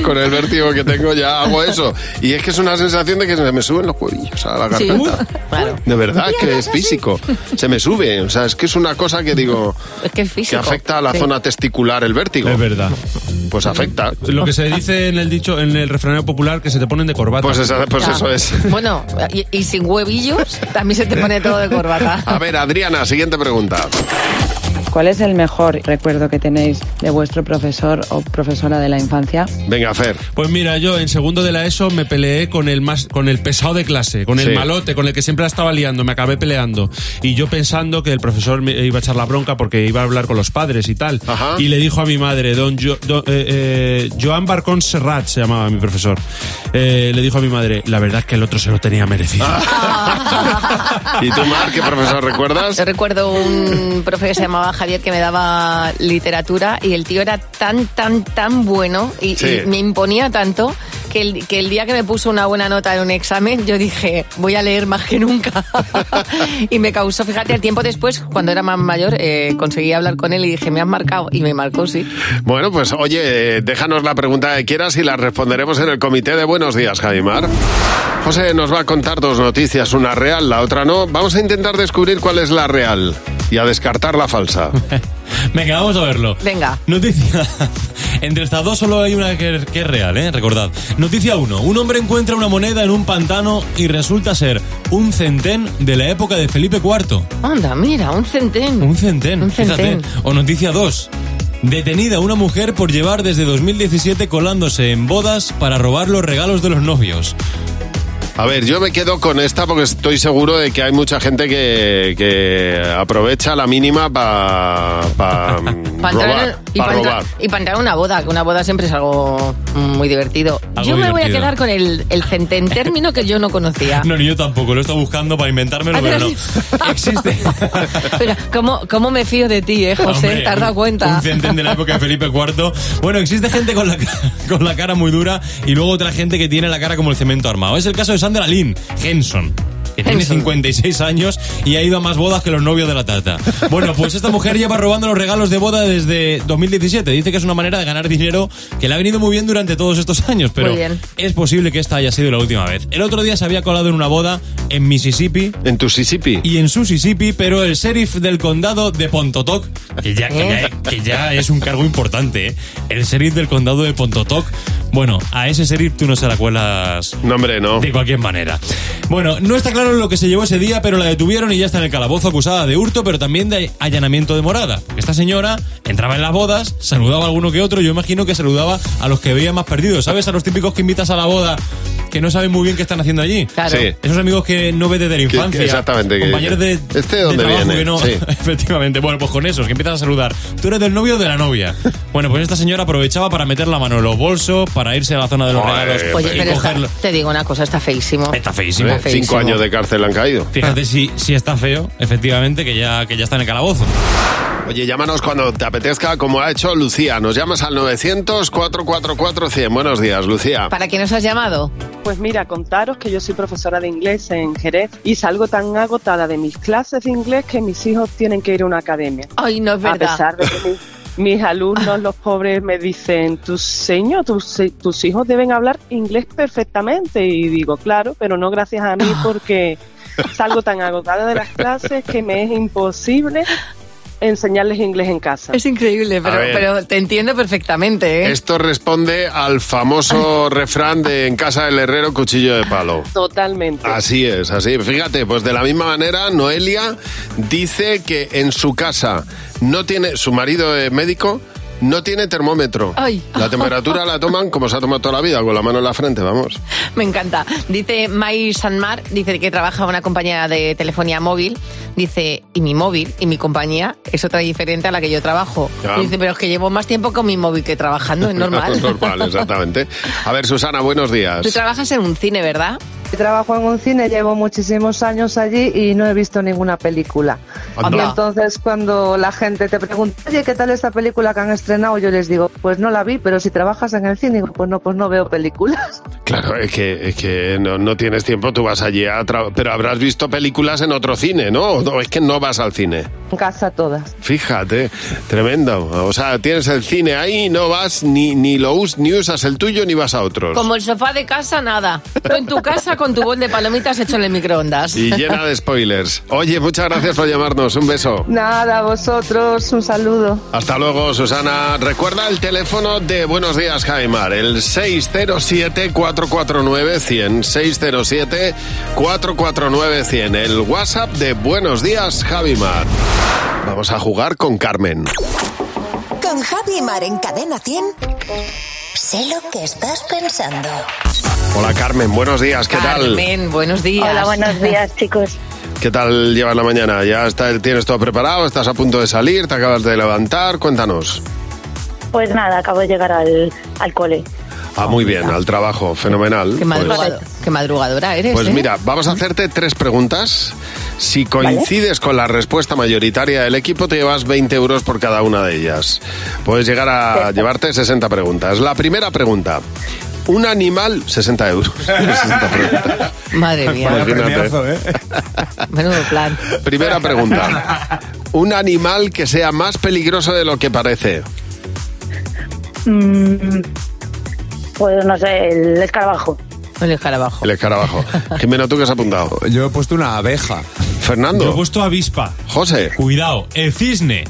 Speaker 3: con el vértigo que tengo ya hago eso. Y es que es una sensación de que se me suben los cuerillos a la
Speaker 4: Sí.
Speaker 3: garganta.
Speaker 4: Claro.
Speaker 3: De verdad, que es físico. Se me sube. O sea, es que es una cosa que digo.
Speaker 4: Es que es
Speaker 3: que
Speaker 4: físico.
Speaker 3: afecta a la
Speaker 4: Sí.
Speaker 3: zona testicular el vértigo. Es
Speaker 5: verdad.
Speaker 3: Pues afecta.
Speaker 5: Lo que se dice en el dicho, en el refranero popular, que se te ponen de corbata.
Speaker 3: Pues esa- pues
Speaker 4: Ya.
Speaker 3: eso es.
Speaker 4: Bueno, y, y sin huevillos también se te pone todo de corbata.
Speaker 3: A ver, Adriana, siguiente pregunta.
Speaker 14: ¿Cuál es el mejor recuerdo que tenéis de vuestro profesor o profesora de la infancia?
Speaker 3: Venga, Fer.
Speaker 5: Pues mira, yo en segundo de la ESO me peleé con el más, con el pesado de clase, con el
Speaker 3: Sí.
Speaker 5: malote, con el que siempre la estaba liando, me acabé peleando. Y yo pensando que el profesor me iba a echar la bronca porque iba a hablar con los padres y tal. Y le dijo a mi madre, don, Jo- don- eh, eh, Joan Barcón Serrat se llamaba mi profesor. Eh, le dijo a mi madre, la verdad es que el otro se lo tenía merecido.
Speaker 3: ¿Y tú, Mar, qué profesor recuerdas?
Speaker 4: Yo recuerdo un profe que se llamaba Javier que me daba literatura y el tío era tan, tan, tan bueno y,
Speaker 3: Sí.
Speaker 4: y me imponía tanto que el, que el día que me puso una buena nota en un examen yo dije, voy a leer más que nunca. y me causó, fíjate, el tiempo después, cuando era más mayor, eh, conseguí hablar con él y dije, me has marcado. Y me marcó, sí.
Speaker 3: Bueno, pues oye, eh, déjanos la pregunta que quieras y la responderemos en el comité de Buenos Días, Javimar. José nos va a contar dos noticias, una real, la otra no. Vamos a intentar descubrir cuál es la real y a descartar la falsa.
Speaker 15: Venga, vamos a verlo.
Speaker 4: Venga.
Speaker 15: Noticia. Entre estas dos solo hay una que, que es real, ¿eh? Recordad. Noticia 1. Un hombre encuentra una moneda en un pantano y resulta ser un centén de la época de Felipe IV.
Speaker 4: Anda, mira, un centén.
Speaker 15: Un centén.
Speaker 4: Un centén.
Speaker 15: Fíjate. O noticia 2. Detenida una mujer por llevar desde 2017 colándose en bodas para robar los regalos de los novios.
Speaker 3: A ver, yo me quedo con esta porque estoy seguro de que hay mucha gente que, que aprovecha la mínima para
Speaker 4: Pa' entrar en-
Speaker 3: robar.
Speaker 4: y
Speaker 3: pa'
Speaker 4: pa' entrar-
Speaker 3: robar.
Speaker 4: y para entrar a una boda, que una boda siempre es algo mm, muy divertido.
Speaker 15: Algo
Speaker 4: yo me voy a
Speaker 15: divertido.
Speaker 4: quedar con el, el centén, término que yo no conocía.
Speaker 15: No, ni yo tampoco, lo he estado buscando para inventármelo,
Speaker 4: Ah,
Speaker 15: pero
Speaker 4: pero
Speaker 15: no.
Speaker 4: sí. Mira, ¿cómo, ¿cómo me fío de ti, eh, José?
Speaker 15: Hombre,
Speaker 4: ¿Te has dado cuenta?
Speaker 15: Un centén de la época de Felipe IV. Bueno, existe gente con la, ca- con la cara muy dura y luego otra gente que tiene la cara como el cemento armado. Es el caso de Sandra Lynn Henson. Que tiene 56 años y ha ido a más bodas que los novios de la tarta. Bueno, pues esta mujer lleva robando los regalos de boda desde 2017. Dice que es una manera de ganar dinero que le ha venido muy bien durante todos estos años, pero
Speaker 4: Muy bien.
Speaker 15: es posible que esta haya sido la última vez. El otro día se había colado en una boda en Mississippi.
Speaker 3: ¿En tu Mississippi?
Speaker 15: Y en su Mississippi, pero el sheriff del condado de Pontotoc, que ya, que ya- que ya es un cargo importante, ¿eh? el sheriff del condado de Pontotoc. Bueno, a ese sheriff tú no se la cuelas.
Speaker 3: No, hombre, no.
Speaker 15: De cualquier manera. Bueno, no está claro lo que se llevó ese día, pero la detuvieron y ya está en el calabozo acusada de hurto, pero también de allanamiento de morada. Esta señora entraba en las bodas, saludaba a alguno que otro, yo imagino que saludaba a los que veía más perdidos, ¿sabes? A los típicos que invitas a la boda que no saben muy bien qué están haciendo allí.
Speaker 3: Claro. Sí.
Speaker 15: Esos amigos que no ves desde la
Speaker 3: Que- que
Speaker 15: infancia.
Speaker 3: exactamente, que-
Speaker 15: Compañeros de,
Speaker 3: ¿este de dónde
Speaker 15: trabajo
Speaker 3: viene?
Speaker 15: que no-
Speaker 3: Sí.
Speaker 15: Efectivamente, bueno, pues con esos que empiezan a saludar. ¿Tú eres del novio o de la novia? Bueno, pues esta señora aprovechaba para meter la mano en los bolsos, para irse a la zona de los
Speaker 3: Joder,
Speaker 15: regalos
Speaker 4: Oye,
Speaker 15: y
Speaker 4: pero está-
Speaker 15: cogerlo.
Speaker 4: te digo una cosa, está feísimo.
Speaker 15: Está feísimo.
Speaker 3: Eh, Cinco años de cárcel han caído.
Speaker 15: Fíjate si, si está feo, efectivamente, que ya, que ya está en el calabozo.
Speaker 3: Oye, llámanos cuando te apetezca, como ha hecho Lucía. Nos llamas al 900-444-100. Buenos días, Lucía.
Speaker 4: ¿Para qué nos has llamado?
Speaker 18: Pues mira, contaros que yo soy profesora de inglés en Jerez y salgo tan agotada de mis clases de inglés que mis hijos tienen que ir a una academia.
Speaker 4: Ay, no es
Speaker 18: A
Speaker 4: verdad.
Speaker 18: pesar de que mis, mis alumnos, los pobres, me dicen, tus seños, tus, tus hijos deben hablar inglés perfectamente. Y digo, claro, pero no gracias a mí porque salgo tan agotada de las clases que me es imposible enseñarles inglés en casa.
Speaker 4: Es increíble, pero,
Speaker 3: A ver.
Speaker 4: pero te entiendo perfectamente, ¿eh?
Speaker 3: Esto responde al famoso refrán de En casa del herrero, cuchillo de palo.
Speaker 18: Totalmente.
Speaker 19: Ah.
Speaker 3: Así es, así. Fíjate, pues de la misma manera, Noelia dice que en su casa no tiene, su marido es médico, no tiene termómetro.
Speaker 4: Ay.
Speaker 3: La temperatura la toman como se ha tomado toda la vida, con la mano en la frente, vamos.
Speaker 4: Me encanta. Dice May Sanmar, dice que trabaja en una compañía de telefonía móvil. Dice, y mi móvil y mi compañía es otra diferente a la que yo trabajo.
Speaker 3: Ya.
Speaker 4: Dice, pero es que llevo más tiempo con mi móvil que trabajando, es normal.
Speaker 3: normal, exactamente. A ver, Susana, buenos días.
Speaker 4: Tú trabajas en un cine, ¿verdad?
Speaker 20: Trabajo en un cine, llevo muchísimos años allí y no he visto ninguna película.
Speaker 9: Anda.
Speaker 14: Y
Speaker 9: entonces cuando la gente te pregunta, oye, ¿qué tal esta película que han estrenado? Yo les digo, pues no la vi, pero si trabajas en el cine, digo, pues no, pues no veo películas.
Speaker 3: Claro, es que, es que no, no tienes tiempo, tú vas allí a tra- Pero habrás visto películas en otro cine, ¿no? ¿O no? Es que no vas al cine.
Speaker 9: En casa todas.
Speaker 3: Fíjate, tremendo. O sea, tienes el cine ahí, no vas ni, ni lo us- ni usas el tuyo ni vas a otros.
Speaker 4: Como el sofá de casa, nada. Tú en tu casa con tu bol de palomitas hecho en el microondas.
Speaker 3: Y llena de spoilers. Oye, muchas gracias por llamarnos. Un beso.
Speaker 9: Nada, vosotros, un saludo.
Speaker 3: Hasta luego, Susana. Recuerda el teléfono de Buenos Días, Jaimar. El 607-449-100. 607-449-100. El WhatsApp de Buenos Días, Javimar. Vamos a jugar con Carmen.
Speaker 7: Con Javi y Mar en Cadena 100. Sé lo que estás pensando.
Speaker 3: Hola, Carmen. Buenos días. Pues, ¿Qué tal?
Speaker 4: Carmen, buenos días.
Speaker 20: Hola, buenos días, chicos.
Speaker 3: ¿Qué tal llevas la mañana? ¿Ya está, tienes todo preparado? ¿Estás a punto de salir? ¿Te acabas de levantar? Cuéntanos.
Speaker 20: Pues nada, acabo de llegar al, al cole.
Speaker 3: Ah, muy bien, al trabajo. Fenomenal.
Speaker 4: Qué,
Speaker 3: Pues-
Speaker 4: madrugado- qué madrugadora eres.
Speaker 3: Pues
Speaker 4: ¿eh?
Speaker 3: mira, vamos a hacerte tres preguntas. Si coincides con la respuesta mayoritaria del equipo, te llevas 20 euros por cada una de ellas. Puedes llegar a llevarte 60 preguntas. La primera pregunta. Un animal, 60 euros. 60 preguntas.
Speaker 4: Madre mía.
Speaker 3: Vaya premiazo,
Speaker 15: ¿eh?
Speaker 4: Menudo plan.
Speaker 3: Primera pregunta. Un animal que sea más peligroso de lo que parece.
Speaker 20: Mm, pues no sé, el escarabajo.
Speaker 4: El escarabajo.
Speaker 3: El escarabajo. Jimeno, ¿tú qué has apuntado? Yo he puesto una abeja. Fernando.
Speaker 15: Yo he puesto avispa.
Speaker 3: José.
Speaker 15: Cuidado, el cisne.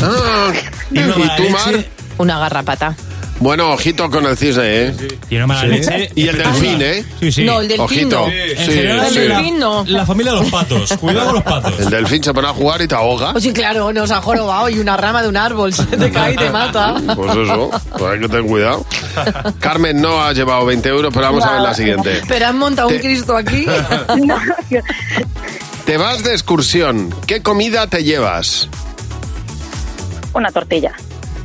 Speaker 3: Ah, ¿Y
Speaker 15: no mala
Speaker 3: tú,
Speaker 15: leche.
Speaker 3: Mar?
Speaker 4: Una garrapata.
Speaker 3: Bueno, ojito con el cisne, ¿eh?
Speaker 15: Tiene mala leche.
Speaker 3: Y el delfín, ¿eh?
Speaker 4: No, el delfín
Speaker 3: Ojito.
Speaker 4: no.
Speaker 3: Sí,
Speaker 15: En general,
Speaker 3: sí.
Speaker 15: la-
Speaker 4: delfín no.
Speaker 15: La familia de los patos. Cuidado con los patos.
Speaker 3: El delfín se pone a jugar y te ahoga.
Speaker 4: Pues sí, claro, nos ha jorobado y una rama de un árbol se te cae y te mata.
Speaker 3: Pues eso, pues hay que tener cuidado. Carmen no ha llevado 20 euros, pero vamos a ver la siguiente.
Speaker 4: Pero han montado un
Speaker 3: Te-
Speaker 4: Cristo aquí.
Speaker 3: Te vas de excursión. ¿Qué comida te llevas?
Speaker 20: Una tortilla.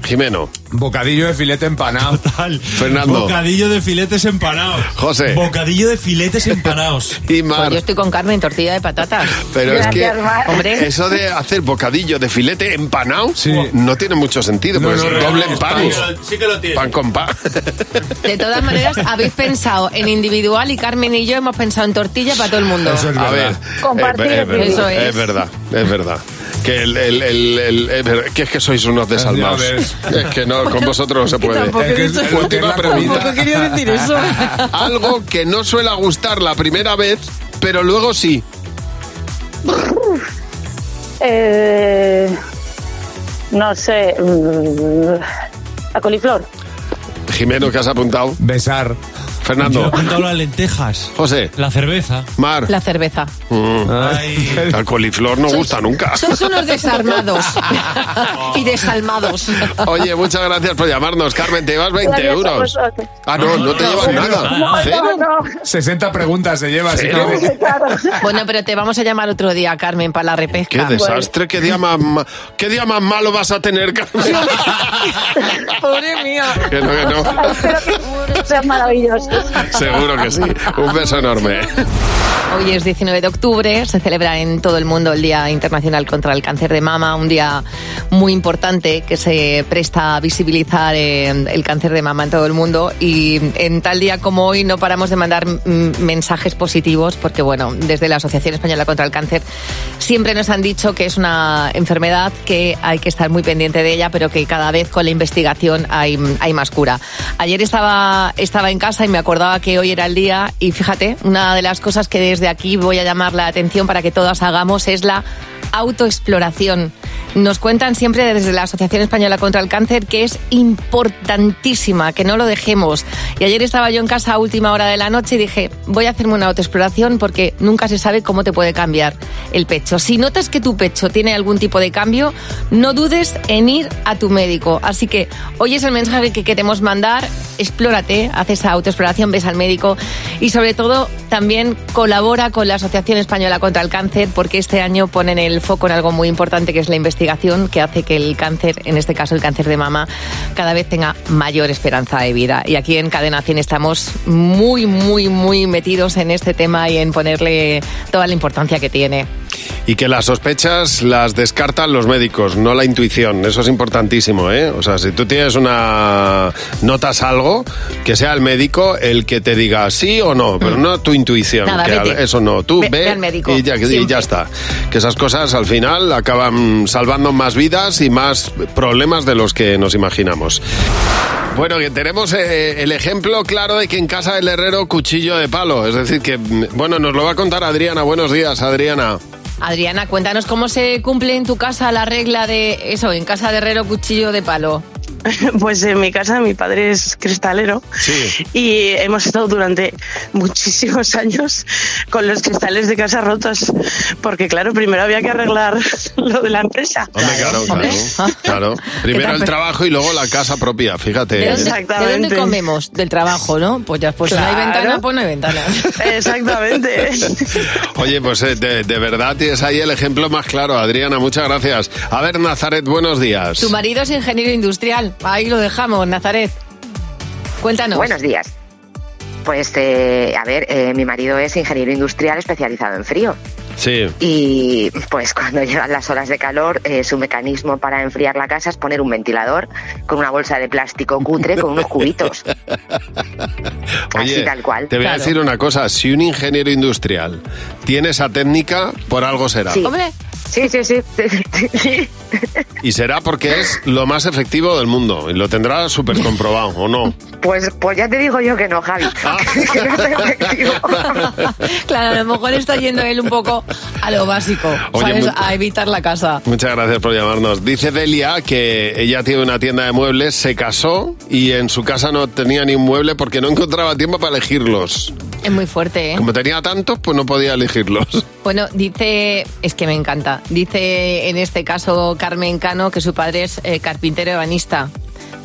Speaker 3: Jimeno.
Speaker 21: Bocadillo de filete empanado. Total.
Speaker 3: Fernando.
Speaker 15: Bocadillo de filetes empanados.
Speaker 3: José.
Speaker 15: Bocadillo de filetes empanados.
Speaker 4: Pues
Speaker 3: Y Mar.
Speaker 4: yo estoy con Carmen, tortilla de patatas.
Speaker 3: Ah, Pero es que
Speaker 4: Hombre.
Speaker 3: eso de hacer bocadillo de filete empanado no tiene mucho sentido,
Speaker 21: No,
Speaker 3: pues
Speaker 21: no, no,
Speaker 3: doble
Speaker 21: no,
Speaker 3: pan.
Speaker 21: sí que
Speaker 15: Sí que lo tiene.
Speaker 3: Pan con pan.
Speaker 4: De todas maneras, habéis pensado en individual y Carmen y yo hemos pensado en tortilla para todo el mundo.
Speaker 3: a ver, Eh,
Speaker 4: Compartir
Speaker 3: es, ver- es
Speaker 4: Eso
Speaker 3: ver-
Speaker 4: es.
Speaker 3: es verdad, es verdad. Que, el, el- el- el- es ver- que es que sois unos desalmados.
Speaker 21: Ya ves.
Speaker 3: Es que no, con vosotros no se puede.
Speaker 21: tampoco he Es que- dicho-
Speaker 3: Última
Speaker 21: tampoco
Speaker 3: pregunta.
Speaker 21: quería decir eso.
Speaker 3: Algo que no suele gustar la primera vez, pero luego sí.
Speaker 20: Eh, no sé, mm, la coliflor.
Speaker 3: Jimeno, ¿qué has apuntado? Besar. Fernando.
Speaker 15: Yo he apuntado las lentejas.
Speaker 3: José.
Speaker 15: La cerveza.
Speaker 3: Mar.
Speaker 4: La cerveza.
Speaker 3: Mm. Al coliflor no
Speaker 4: Sois-
Speaker 3: gusta nunca.
Speaker 4: Sois unos desarmados y desalmados.
Speaker 3: Oye, muchas gracias por llamarnos, Carmen. Te llevas 20
Speaker 4: Gracias a
Speaker 3: euros.
Speaker 4: vosotros.
Speaker 3: Ah, no, no te llevas nada. ¿Eh? Cero.
Speaker 21: 60 preguntas se lleva. así
Speaker 3: Cero.
Speaker 21: que-
Speaker 4: Bueno, pero te vamos a llamar otro día, Carmen, para la repesca.
Speaker 3: Qué desastre, qué día más, ma- qué día más malo vas a tener, Carmen.
Speaker 4: Pobre mía.
Speaker 3: Que no, que no.
Speaker 20: Espero que sean maravillosos.
Speaker 3: Seguro que sí. Un beso enorme.
Speaker 4: Hoy es 19 de octubre, se celebra en todo el mundo el Día Internacional contra el Cáncer de Mama, un día muy importante que se presta a visibilizar eh, el cáncer de mama en todo el mundo y en tal día como hoy no paramos de mandar mm, mensajes positivos porque bueno, desde la Asociación Española contra el Cáncer siempre nos han dicho que es una enfermedad que hay que estar muy pendiente de ella, pero que cada vez con la investigación hay, hay más cura. Ayer estaba, estaba en casa y me acordaba que hoy era el día y fíjate, una de las cosas que desde aquí voy a llamar la atención para que todas hagamos es la autoexploración. Nos cuentan siempre desde la Asociación Española contra el Cáncer que es importantísima, que no lo dejemos. Y ayer estaba yo en casa a última hora de la noche y dije, voy a hacerme una autoexploración porque nunca se sabe cómo te puede cambiar el pecho. Si notas que tu pecho tiene algún tipo de cambio, no dudes en ir a tu médico. Así que hoy es el mensaje que queremos mandar. Explórate, haz esa autoexploración, ves al médico y sobre todo también colabora con la Asociación Española contra el Cáncer porque este año ponen el foco en algo muy importante que es la investigación que hace que el cáncer, en este caso el cáncer de mama, cada vez tenga mayor esperanza de vida. Y aquí en Cadena 100 estamos muy, muy, muy metidos en este tema y en ponerle toda la importancia que tiene.
Speaker 3: Y que las sospechas las descartan los médicos, no la intuición. Eso es importantísimo, ¿eh? O sea, si tú tienes una... notas algo, que sea el médico el que te diga sí o no, pero no tu intuición.
Speaker 22: Mm. Nada,
Speaker 3: que al-
Speaker 22: vete.
Speaker 3: Eso no, tú
Speaker 22: Ve-
Speaker 3: ve,
Speaker 22: ve al médico,
Speaker 3: y ya, y
Speaker 22: siempre.
Speaker 3: ya está. Que esas cosas al final acaban salvando más vidas y más problemas de los que nos imaginamos. Bueno, que tenemos eh, el ejemplo claro de que en casa del herrero cuchillo de palo. Es decir, que, mm, bueno, nos lo va a contar Adriana. Buenos días, Adriana.
Speaker 4: Adriana, cuéntanos cómo se cumple en tu casa la regla de eso, en casa de herrero cuchillo de palo.
Speaker 19: Pues en mi casa mi padre es cristalero y hemos estado durante muchísimos años con los cristales de casa rotos, porque claro, primero había que arreglar lo de la empresa.
Speaker 3: Hombre, claro, claro. claro. Primero el trabajo y luego la casa propia, fíjate.
Speaker 4: ¿De dónde,
Speaker 19: Exactamente.
Speaker 4: de dónde comemos? Del trabajo, ¿no? Pues ya, pues si no hay
Speaker 19: Claro.
Speaker 4: ventana, pues no hay ventana.
Speaker 19: Exactamente.
Speaker 3: Oye, pues eh, de, de verdad tienes ahí el ejemplo más claro, Adriana, muchas gracias. A ver, Nazaret, buenos días.
Speaker 4: Tu marido es ingeniero industrial. Ahí lo dejamos, Nazaret. Cuéntanos.
Speaker 22: Buenos días. Pues, eh, a ver, eh, mi marido es ingeniero industrial especializado en frío.
Speaker 3: Sí.
Speaker 22: Y pues cuando llegan las horas de calor, eh, su mecanismo para enfriar la casa es poner un ventilador con una bolsa de plástico cutre con unos cubitos.
Speaker 3: Oye,
Speaker 22: así tal cual.
Speaker 3: Te voy a
Speaker 22: Claro.
Speaker 3: decir una cosa, si un ingeniero industrial tiene esa técnica, por algo será.
Speaker 22: Sí. Sí, sí, sí. Sí.
Speaker 3: Y será porque es lo más efectivo del mundo y lo tendrá súper comprobado, ¿o no?
Speaker 22: Pues, pues ya te digo yo que no, Javi.
Speaker 3: Ah.
Speaker 22: Que no te-
Speaker 4: Claro, a lo mejor está yendo él un poco a lo básico,
Speaker 3: Oye,
Speaker 4: ¿sabes?
Speaker 3: muy-
Speaker 4: A evitar la casa.
Speaker 3: Muchas gracias por llamarnos. Dice Delia que ella tiene una tienda de muebles, se casó y en su casa no tenía ni un mueble porque no encontraba tiempo para elegirlos.
Speaker 4: Es muy fuerte, ¿eh?
Speaker 3: Como tenía tantos, pues no podía elegirlos.
Speaker 4: Bueno, dice, es que me encanta, dice en este caso Carmen Cano que su padre es eh, carpintero ebanista.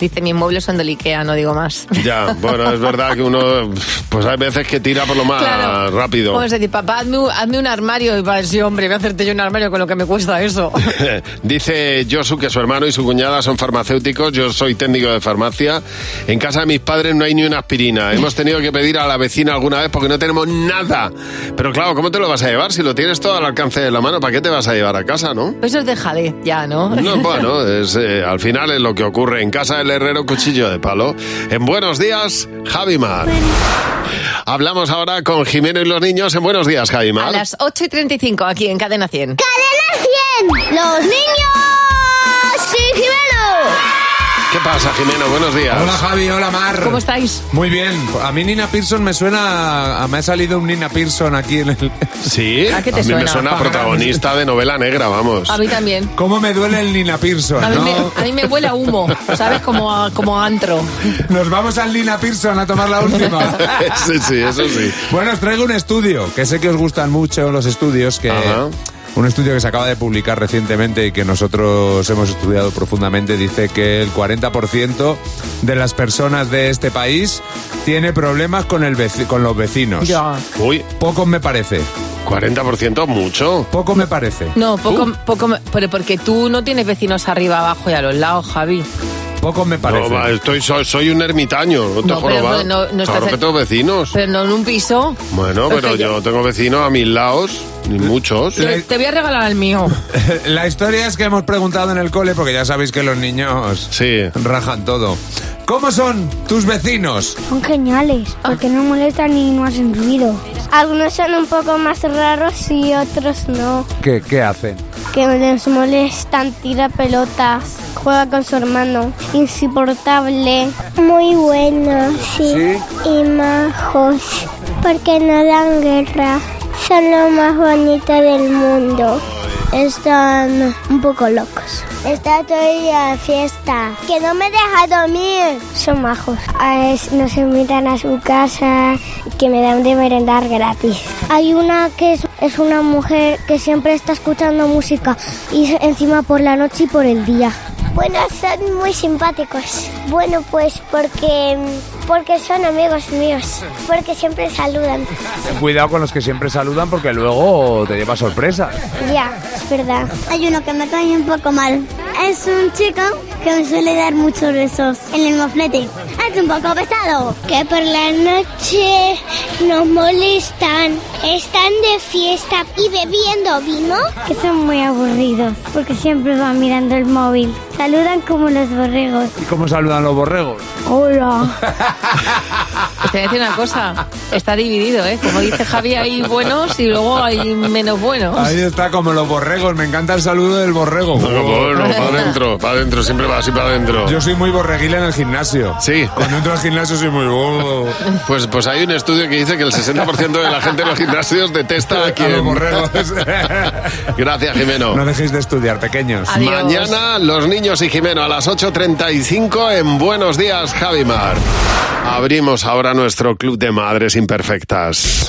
Speaker 4: Dice, mis muebles son del Ikea, no digo más.
Speaker 3: Ya, bueno, es verdad que uno, pues hay veces que tira por lo más
Speaker 4: Claro. Pues
Speaker 3: rápido.
Speaker 4: Vamos a decir, papá, hazme, un- hazme un armario. Y va, sí, hombre, voy a hacerte yo un armario con lo que me cuesta eso. Pues
Speaker 3: Dice Josu que su hermano y su cuñada son farmacéuticos, yo soy técnico de farmacia. En casa de mis padres no hay ni una aspirina. Hemos tenido que pedir a la vecina alguna vez porque no tenemos nada. Pero claro, ¿cómo te lo vas a llevar? Si lo tienes todo al alcance de la mano, ¿para qué te vas a llevar a casa, no?
Speaker 4: Eso es de jalez ya, ¿no?
Speaker 3: No, bueno, es, eh, al final es lo que ocurre en casa del herrero cuchillo de palo. En Buenos Días, Javimar. Hablamos ahora con Jimeno y los niños en Buenos Días,
Speaker 4: A
Speaker 3: Javimar.
Speaker 4: las 8 y 35 aquí en Cadena 100.
Speaker 23: ¡Cadena 100! ¡Los niños! ¡Sí,
Speaker 3: ¿Qué pasa, Jimeno? Buenos días.
Speaker 21: Hola Javi, hola Mar.
Speaker 4: ¿Cómo estáis?
Speaker 21: Muy bien. A mí Nina Pearson me suena. a- me ha salido un Nina Pearson aquí en el.
Speaker 3: Sí.
Speaker 4: ¿A qué te
Speaker 3: mí me
Speaker 4: suena?
Speaker 3: suena a protagonista de novela negra, vamos.
Speaker 4: A mí también.
Speaker 21: ¿Cómo me duele el Nina Pearson?
Speaker 4: A mí,
Speaker 21: ¿no?
Speaker 4: me, a mí me huele a humo, ¿sabes? Como a, como a antro.
Speaker 21: Nos vamos al Nina Pearson a tomar la última.
Speaker 3: sí, sí, eso sí.
Speaker 21: Bueno, os traigo un estudio, que sé que os gustan mucho los estudios, que Eh, un estudio que se acaba de publicar recientemente y que nosotros hemos estudiado profundamente dice que el 40% de las personas de este país tiene problemas con, el veci- con los vecinos.
Speaker 4: Ya.
Speaker 3: Uy.
Speaker 21: Pocos me parece.
Speaker 3: 40% mucho.
Speaker 21: Poco me parece.
Speaker 4: No, poco,
Speaker 21: Uh.
Speaker 4: poco, me- pero porque tú no tienes vecinos arriba, abajo y a los lados, Javi.
Speaker 21: Poco me
Speaker 3: parece. No, va, estoy, soy, soy un ermitaño, no te
Speaker 4: No,
Speaker 3: juro,
Speaker 4: pero
Speaker 3: va.
Speaker 4: no- no estás
Speaker 3: claro que
Speaker 4: en-
Speaker 3: tengo vecinos.
Speaker 4: Pero no en un piso.
Speaker 3: Bueno,
Speaker 4: Porque
Speaker 3: pero yo tengo vecinos a mis lados,
Speaker 21: Eh,
Speaker 3: ni muchos.
Speaker 4: Te, te voy a regalar el mío.
Speaker 21: La historia es que hemos preguntado en el cole, porque ya sabéis que los niños rajan todo. ¿Cómo son tus vecinos?
Speaker 23: Son geniales, porque no molestan ni no hacen ruido. Algunos son un poco más raros y otros no.
Speaker 21: ¿Qué, qué hacen?
Speaker 23: Que les molestan, tira pelotas, juega con su hermano. Insoportable. Muy buenos, sí. Y majos, porque no dan guerra. Son lo más bonito del mundo. Están un poco locos. Está todo el día de fiesta. Que no me deja dormir. Son majos. A veces nos invitan a su casa que me dan de merendar gratis. Hay una que es, es una mujer que siempre está escuchando música y se- encima por la noche y por el día. Bueno, son muy simpáticos. Bueno, pues porque, porque son amigos míos. Porque siempre saludan.
Speaker 21: Ten cuidado con los que siempre saludan, porque luego te lleva sorpresa.
Speaker 23: Ya, es verdad. Hay uno que me cae un poco mal. Es un chico que me suele dar muchos besos en el moflete. Es un poco pesado. Que por la noche nos molestan. Están de fiesta y bebiendo vino. Que son muy aburridos porque siempre van mirando el móvil. Saludan como los borregos.
Speaker 21: ¿Y cómo saludan los borregos?
Speaker 23: Hola.
Speaker 4: Pues te voy a decir una cosa, está dividido, ¿eh? Como dice Javi, hay buenos y luego hay menos buenos.
Speaker 21: Ahí está, como los borregos. Me encanta el saludo del borrego.
Speaker 3: Bueno, para adentro, para adentro, siempre va así para adentro.
Speaker 21: Yo soy muy borreguil en el gimnasio.
Speaker 3: Sí.
Speaker 21: Cuando entro al gimnasio soy muy bobo.
Speaker 3: Pues, pues hay un estudio que dice que el 60% de la gente en los gimnasios detesta a quien...
Speaker 21: los borregos.
Speaker 3: Gracias, Jimeno.
Speaker 21: No dejéis de estudiar, pequeños.
Speaker 4: Adiós.
Speaker 3: Mañana, los niños y Jimeno, a las 8.35 en Buenos Días, Javimar. Abrimos ahora nuestro club de madres imperfectas.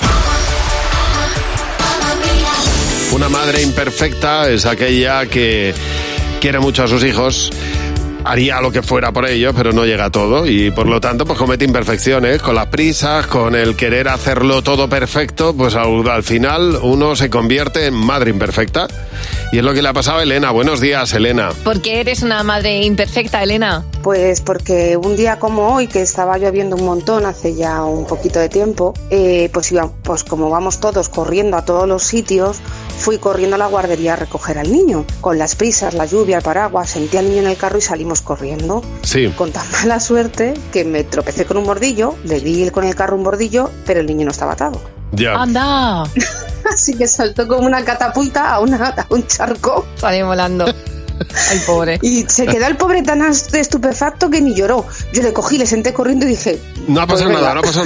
Speaker 3: Una madre imperfecta es aquella que quiere mucho a sus hijos, haría lo que fuera por ellos, pero no llega a todo y por lo tanto pues comete imperfecciones con las prisas, con el querer hacerlo todo perfecto, pues al, al final uno se convierte en madre imperfecta. Y es lo que le ha pasado a Elena. Buenos días, Elena.
Speaker 4: ¿Por qué eres una madre imperfecta, Elena?
Speaker 1: Pues porque un día como hoy, que estaba lloviendo un montón hace ya un poquito de tiempo, eh, pues, iba- pues como vamos todos corriendo a todos los sitios, fui corriendo a la guardería a recoger al niño. Con las prisas, la lluvia, el paraguas, sentí al niño en el carro y salimos corriendo.
Speaker 3: Sí.
Speaker 1: Con tan mala suerte que me tropecé con un bordillo, le di con el carro un bordillo, pero el niño no estaba atado.
Speaker 3: Ya.
Speaker 4: ¡Anda!
Speaker 1: Así que saltó como una catapulta a, una, a un charco.
Speaker 4: Salió volando. Ay, pobre.
Speaker 1: Y se quedó el pobre tan as- estupefacto que ni lloró. Yo le cogí, le senté corriendo y dije...
Speaker 3: No ha
Speaker 1: pues
Speaker 3: pasado
Speaker 1: venga.
Speaker 3: nada, no ha pasado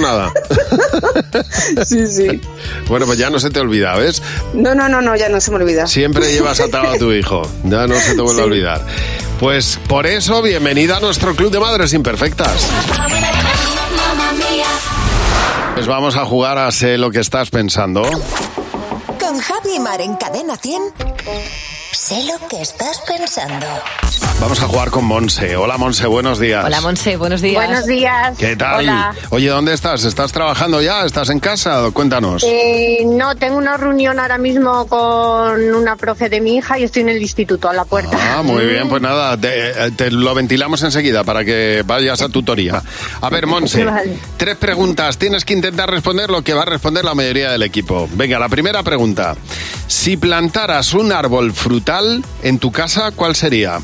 Speaker 3: nada.
Speaker 1: Sí, sí.
Speaker 3: Bueno, pues ya no se te olvida, ¿ves?
Speaker 1: No, no, no, no, ya no se me olvida.
Speaker 3: Siempre llevas atado a tu hijo. Ya no se te vuelve a olvidar. Pues por eso, bienvenida a nuestro club de madres imperfectas. Pues vamos a jugar a sé lo que estás pensando.
Speaker 7: Con Javi Mar en Cadena 100. Sé lo que estás pensando.
Speaker 3: Vamos a jugar con Monse. Hola Monse, buenos días.
Speaker 4: Hola, Monse, buenos días.
Speaker 2: Buenos días.
Speaker 3: ¿Qué tal?
Speaker 2: Hola.
Speaker 3: Oye, ¿dónde estás? ¿Estás trabajando ya? ¿Estás en casa? Cuéntanos.
Speaker 2: Eh, no, tengo una reunión ahora mismo con una profe de mi hija y estoy en el instituto a la puerta.
Speaker 3: Ah, muy bien, pues nada, te, te lo ventilamos enseguida para que vayas a tutoría. A ver, Monse,
Speaker 2: Vale.
Speaker 3: tres preguntas. Tienes que intentar responder lo que va a responder la mayoría del equipo. Venga, la primera pregunta. Si plantaras un árbol frutal en tu casa, ¿cuál sería?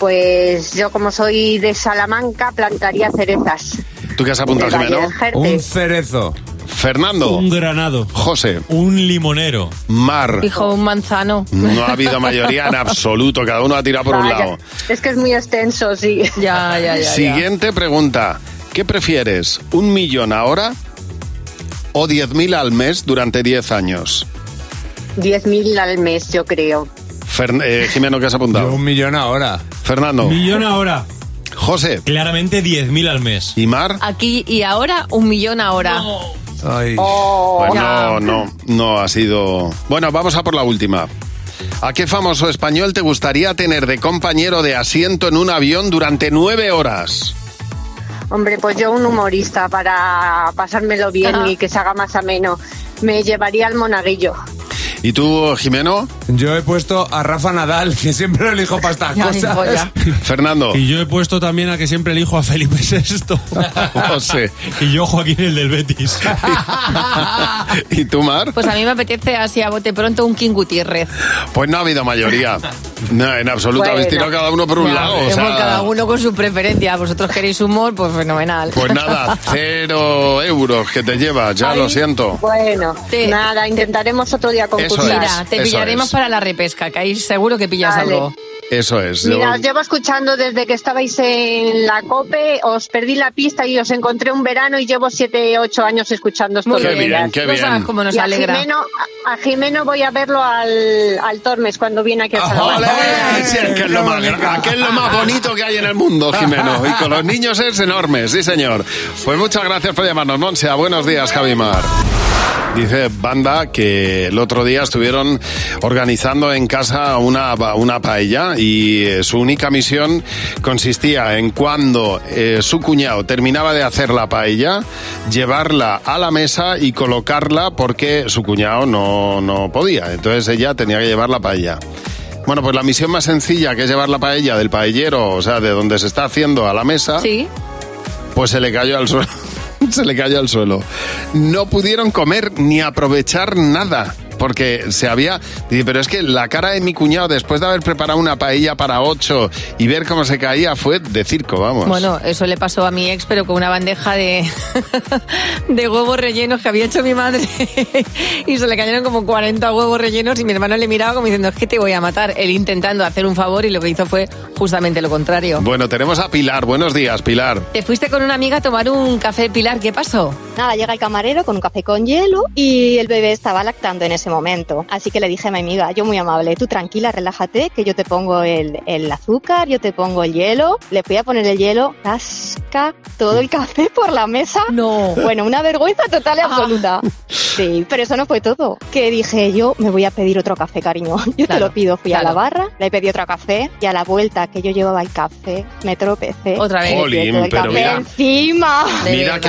Speaker 2: Pues yo como soy de Salamanca plantaría cerezas.
Speaker 3: ¿Tú qué has apuntado,
Speaker 2: De Valle
Speaker 3: Jimeno?
Speaker 2: del Jerte. Un
Speaker 3: cerezo. Fernando. Un granado. José.
Speaker 15: Un limonero.
Speaker 3: Mar.
Speaker 4: Dijo un manzano.
Speaker 3: No ha habido mayoría en absoluto, cada uno ha tirado por un
Speaker 2: Vaya,
Speaker 3: lado.
Speaker 2: Es que es muy extenso, sí.
Speaker 4: Ya, ya,
Speaker 3: Siguiente pregunta. ¿Qué prefieres? ¿Un millón ahora o 10.000 al mes durante 10 años?
Speaker 2: 10.000 al mes, yo creo.
Speaker 3: Fern- eh, Jimeno, ¿qué has apuntado? un millón ahora. Fernando.
Speaker 15: Millón ahora.
Speaker 3: José.
Speaker 15: Claramente 10.000 al mes.
Speaker 3: ¿Y Mar?
Speaker 4: Aquí y ahora, un millón ahora.
Speaker 3: Pues
Speaker 4: Oh, Ya.
Speaker 3: no, no, no ha sido. Bueno, vamos a por la última. ¿A qué famoso español te gustaría tener de compañero de asiento en un avión durante nueve horas?
Speaker 2: Hombre, pues yo un humorista para pasármelo bien
Speaker 1: Ajá.
Speaker 2: y que se haga más ameno. Me llevaría al monaguillo.
Speaker 3: ¿Y tú, Jimeno?
Speaker 21: Yo he puesto a Rafa Nadal, que siempre lo elijo para estas cosas.
Speaker 3: Fernando.
Speaker 5: Y yo he puesto también a que siempre elijo a Felipe VI.
Speaker 3: José.
Speaker 15: Y yo, Joaquín, el del Betis.
Speaker 3: ¿Y tú, Mar?
Speaker 4: Pues a mí me apetece así a bote pronto un King Gutiérrez.
Speaker 3: Pues no ha habido mayoría. No, en absoluto. Habéis
Speaker 4: Bueno.
Speaker 3: tirado cada uno por un
Speaker 4: Ya,
Speaker 3: lado. o
Speaker 4: hemos
Speaker 3: sea,
Speaker 4: cada uno con su preferencia. Vosotros queréis humor, pues fenomenal.
Speaker 3: Pues nada, cero euros que te llevas, ya lo siento.
Speaker 2: Bueno, nada, intentaremos otro día concursar.
Speaker 3: es,
Speaker 4: Mira, te
Speaker 3: eso
Speaker 4: pillaremos
Speaker 3: es.
Speaker 4: para la repesca, que ahí seguro que pillas
Speaker 2: Vale.
Speaker 4: algo.
Speaker 3: Eso es.
Speaker 2: Mira, os
Speaker 3: Pues, Yo-
Speaker 2: llevo escuchando desde que estabais en la COPE, os perdí la pista y os encontré un verano y llevo siete, ocho años escuchando
Speaker 3: Muy Qué bien, bien, qué no bien. sabes cómo nos
Speaker 2: y a
Speaker 3: alegra.
Speaker 2: Jimeno, a, a Jimeno voy a verlo al, al Tormes cuando viene aquí a Salamanca.
Speaker 3: Sí, es que es lo más, que es lo más bonito que hay en el mundo, Jimeno. Y con los niños es enorme, sí, señor. Pues muchas gracias por llamarnos, Monse. Buenos días, Javimar. Dice Banda que el otro día estuvieron organizando en casa una, una paella y eh, su única misión consistía en cuando eh, su cuñado terminaba de hacer la paella, llevarla a la mesa y colocarla porque su cuñado no, no podía. Entonces ella tenía que llevar la paella. Bueno, pues la misión más sencilla, que es llevar la paella del paellero, o sea, de donde se está haciendo a la mesa,
Speaker 4: Sí.
Speaker 3: pues se le cayó al suelo. se le cayó al suelo. No pudieron comer ni aprovechar nada. Porque se había. Dice, pero es que la cara de mi cuñado, después de haber preparado una paella para ocho y ver cómo se caía, fue de circo, vamos.
Speaker 4: Bueno, eso le pasó a mi ex, pero con una bandeja de, de huevos rellenos que había hecho mi madre. y se le cayeron como 40 huevos rellenos y mi hermano le miraba como diciendo, es que te voy a matar. Él intentando hacer un favor y lo que hizo fue justamente lo contrario.
Speaker 3: Bueno, tenemos a Pilar. Buenos días, Pilar.
Speaker 4: Te fuiste con una amiga a tomar un café Pilar, ¿qué pasó?
Speaker 6: Nada, llega el camarero con un café con hielo y el bebé estaba lactando en ese momento. Así que le dije a mi amiga, yo muy amable, tú tranquila, relájate, que yo te pongo el, el azúcar, yo te pongo el hielo. Le voy a poner el hielo, casca todo el café por la mesa. No. Ah. Bueno, una vergüenza total y absoluta. Sí, pero eso no fue todo. Que dije, yo me voy a pedir otro café, cariño. Yo te lo pido. Fui a la barra, le pedí otro café y a la vuelta que yo llevaba el café, me tropecé. Otra
Speaker 3: vez. Jolín, pero mira.
Speaker 6: encima.
Speaker 3: Mira qué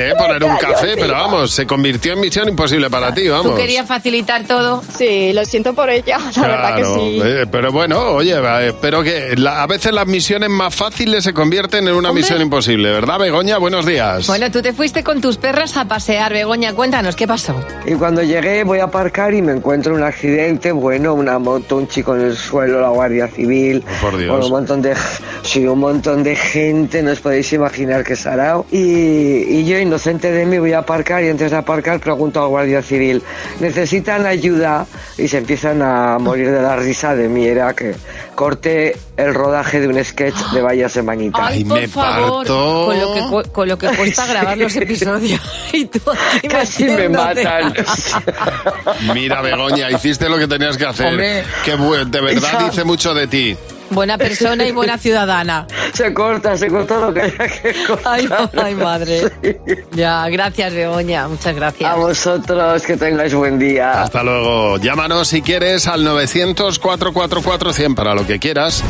Speaker 3: ¿eh? Poner un café, pero vamos, se convirtió en misión imposible para ti, vamos.
Speaker 4: ¿Tú querías facilitar todo?
Speaker 6: Sí, lo siento por ella, la verdad que
Speaker 3: Claro,
Speaker 6: sí.
Speaker 3: eh, pero bueno, oye, va, espero que la- a veces las misiones más fáciles se convierten en una misión imposible, ¿verdad, Begoña? Buenos días.
Speaker 4: Bueno, tú te fuiste con tus perras a pasear, Begoña, cuéntanos, ¿qué pasó?
Speaker 8: Y cuando llegué voy a aparcar y me encuentro un accidente, bueno, una moto, un chico en el suelo, la Guardia Civil,
Speaker 3: Oh, por Dios.
Speaker 8: bueno, un montón de sí, un montón de gente, no os podéis imaginar que sarao. Y, y yo inocente de mí voy a aparcar y antes de aparcar pregunto a la Guardia Civil, ¿necesitan ayuda? Y se empiezan a morir de la risa de mí, era que corté el rodaje de un sketch de Vaya Semanita.
Speaker 4: Ay, por favor, Con lo, que, cu- con lo que cuesta grabar los episodios. y tú aquí
Speaker 8: Casi me
Speaker 4: metiéndote.
Speaker 8: matan.
Speaker 3: Mira, Begoña, hiciste lo que tenías que hacer.
Speaker 4: Hombre.
Speaker 3: Qué buen- de verdad dice mucho de ti.
Speaker 4: Buena persona y buena ciudadana.
Speaker 8: Se corta, se corta lo que haya que
Speaker 4: Ay, ay, madre. Ya, gracias, Begoña. Muchas gracias.
Speaker 8: A vosotros, que tengáis buen día.
Speaker 3: Hasta luego. Llámanos si quieres al 900-444-100 para lo que quieras.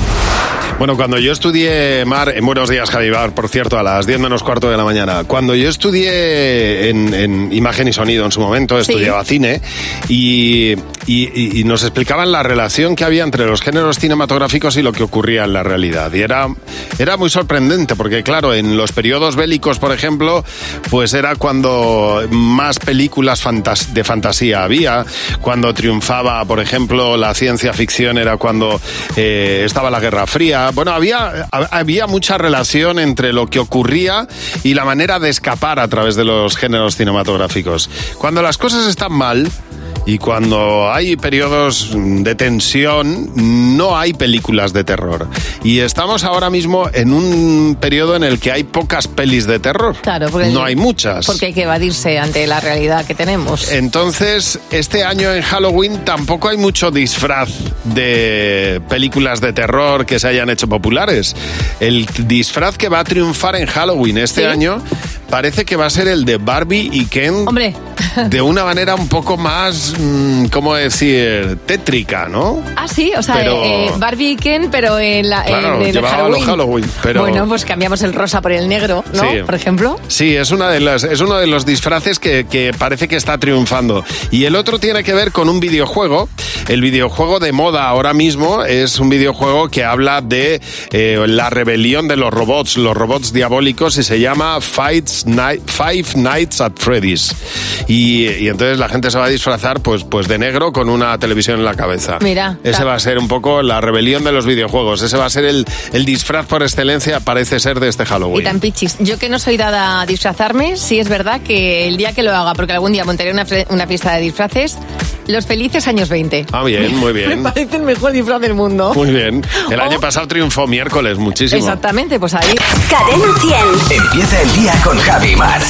Speaker 3: Bueno, cuando yo estudié, Mar, en Buenos Días, Javi Bar, por cierto, a las 10 menos cuarto de la mañana. Cuando yo estudié en, en imagen y sonido en su momento,
Speaker 11: Sí.
Speaker 3: estudiaba cine y, y- y- y nos explicaban la relación que había entre los géneros cinematográficos y lo que ocurría en la realidad. Y era, era muy sorprendente porque, claro, en los periodos bélicos, por ejemplo, pues era cuando más películas fantas- de fantasía había, cuando triunfaba, por ejemplo, la ciencia ficción, era cuando eh, estaba la Guerra Fría. Bueno, había, ha- había mucha relación entre lo que ocurría y la manera de escapar a través de los géneros cinematográficos. Cuando las cosas están mal, y cuando hay periodos de tensión, no hay películas de terror. Y estamos ahora mismo en un periodo en el que hay pocas pelis de terror.
Speaker 4: Claro, porque-
Speaker 3: no hay muchas.
Speaker 4: Porque hay que evadirse ante la realidad que tenemos.
Speaker 3: Entonces, este año en Halloween tampoco hay mucho disfraz de películas de terror que se hayan hecho populares. El disfraz que va a triunfar en Halloween este año parece que va a ser el de Barbie y Ken.
Speaker 4: Hombre.
Speaker 3: De una manera un poco más, mm, ¿cómo decir? Tétrica, ¿no?
Speaker 4: Ah, sí, o sea,
Speaker 3: Pero-
Speaker 4: eh, Barbie y Ken, pero en, la, en-
Speaker 3: Claro,
Speaker 4: en el
Speaker 3: llevaban
Speaker 4: Halloween.
Speaker 3: los Halloween, pero-
Speaker 4: Bueno, pues cambiamos el rosa por el negro, ¿no?
Speaker 3: Sí.
Speaker 4: Por ejemplo.
Speaker 3: Sí, es, una de las, es uno de los disfraces que, que parece que está triunfando. Y el otro tiene que ver con un videojuego. El videojuego de moda ahora mismo es un videojuego que habla de eh, la rebelión de los robots, los robots diabólicos, y se llama Fights Night- Five Nights at Freddy's. Y, y entonces la gente se va a disfrazar pues, pues de negro con una televisión en la cabeza.
Speaker 4: Mira,
Speaker 3: Ese va a ser un poco la rebelión de los videojuegos. Ese va a ser el, el disfraz por excelencia, parece ser, de este Halloween.
Speaker 4: Y tan pichis. Yo que no soy dada a disfrazarme, sí es verdad que el día que lo haga, porque algún día montaré una, fre- una fiesta de disfraces, los felices años 20.
Speaker 3: Ah, bien, muy bien.
Speaker 4: Me parece el mejor disfraz del mundo.
Speaker 3: Muy bien. El año pasado triunfó miércoles muchísimo.
Speaker 4: Exactamente, pues ahí.
Speaker 7: Cadena 100.
Speaker 11: Empieza el día con Javi Mar.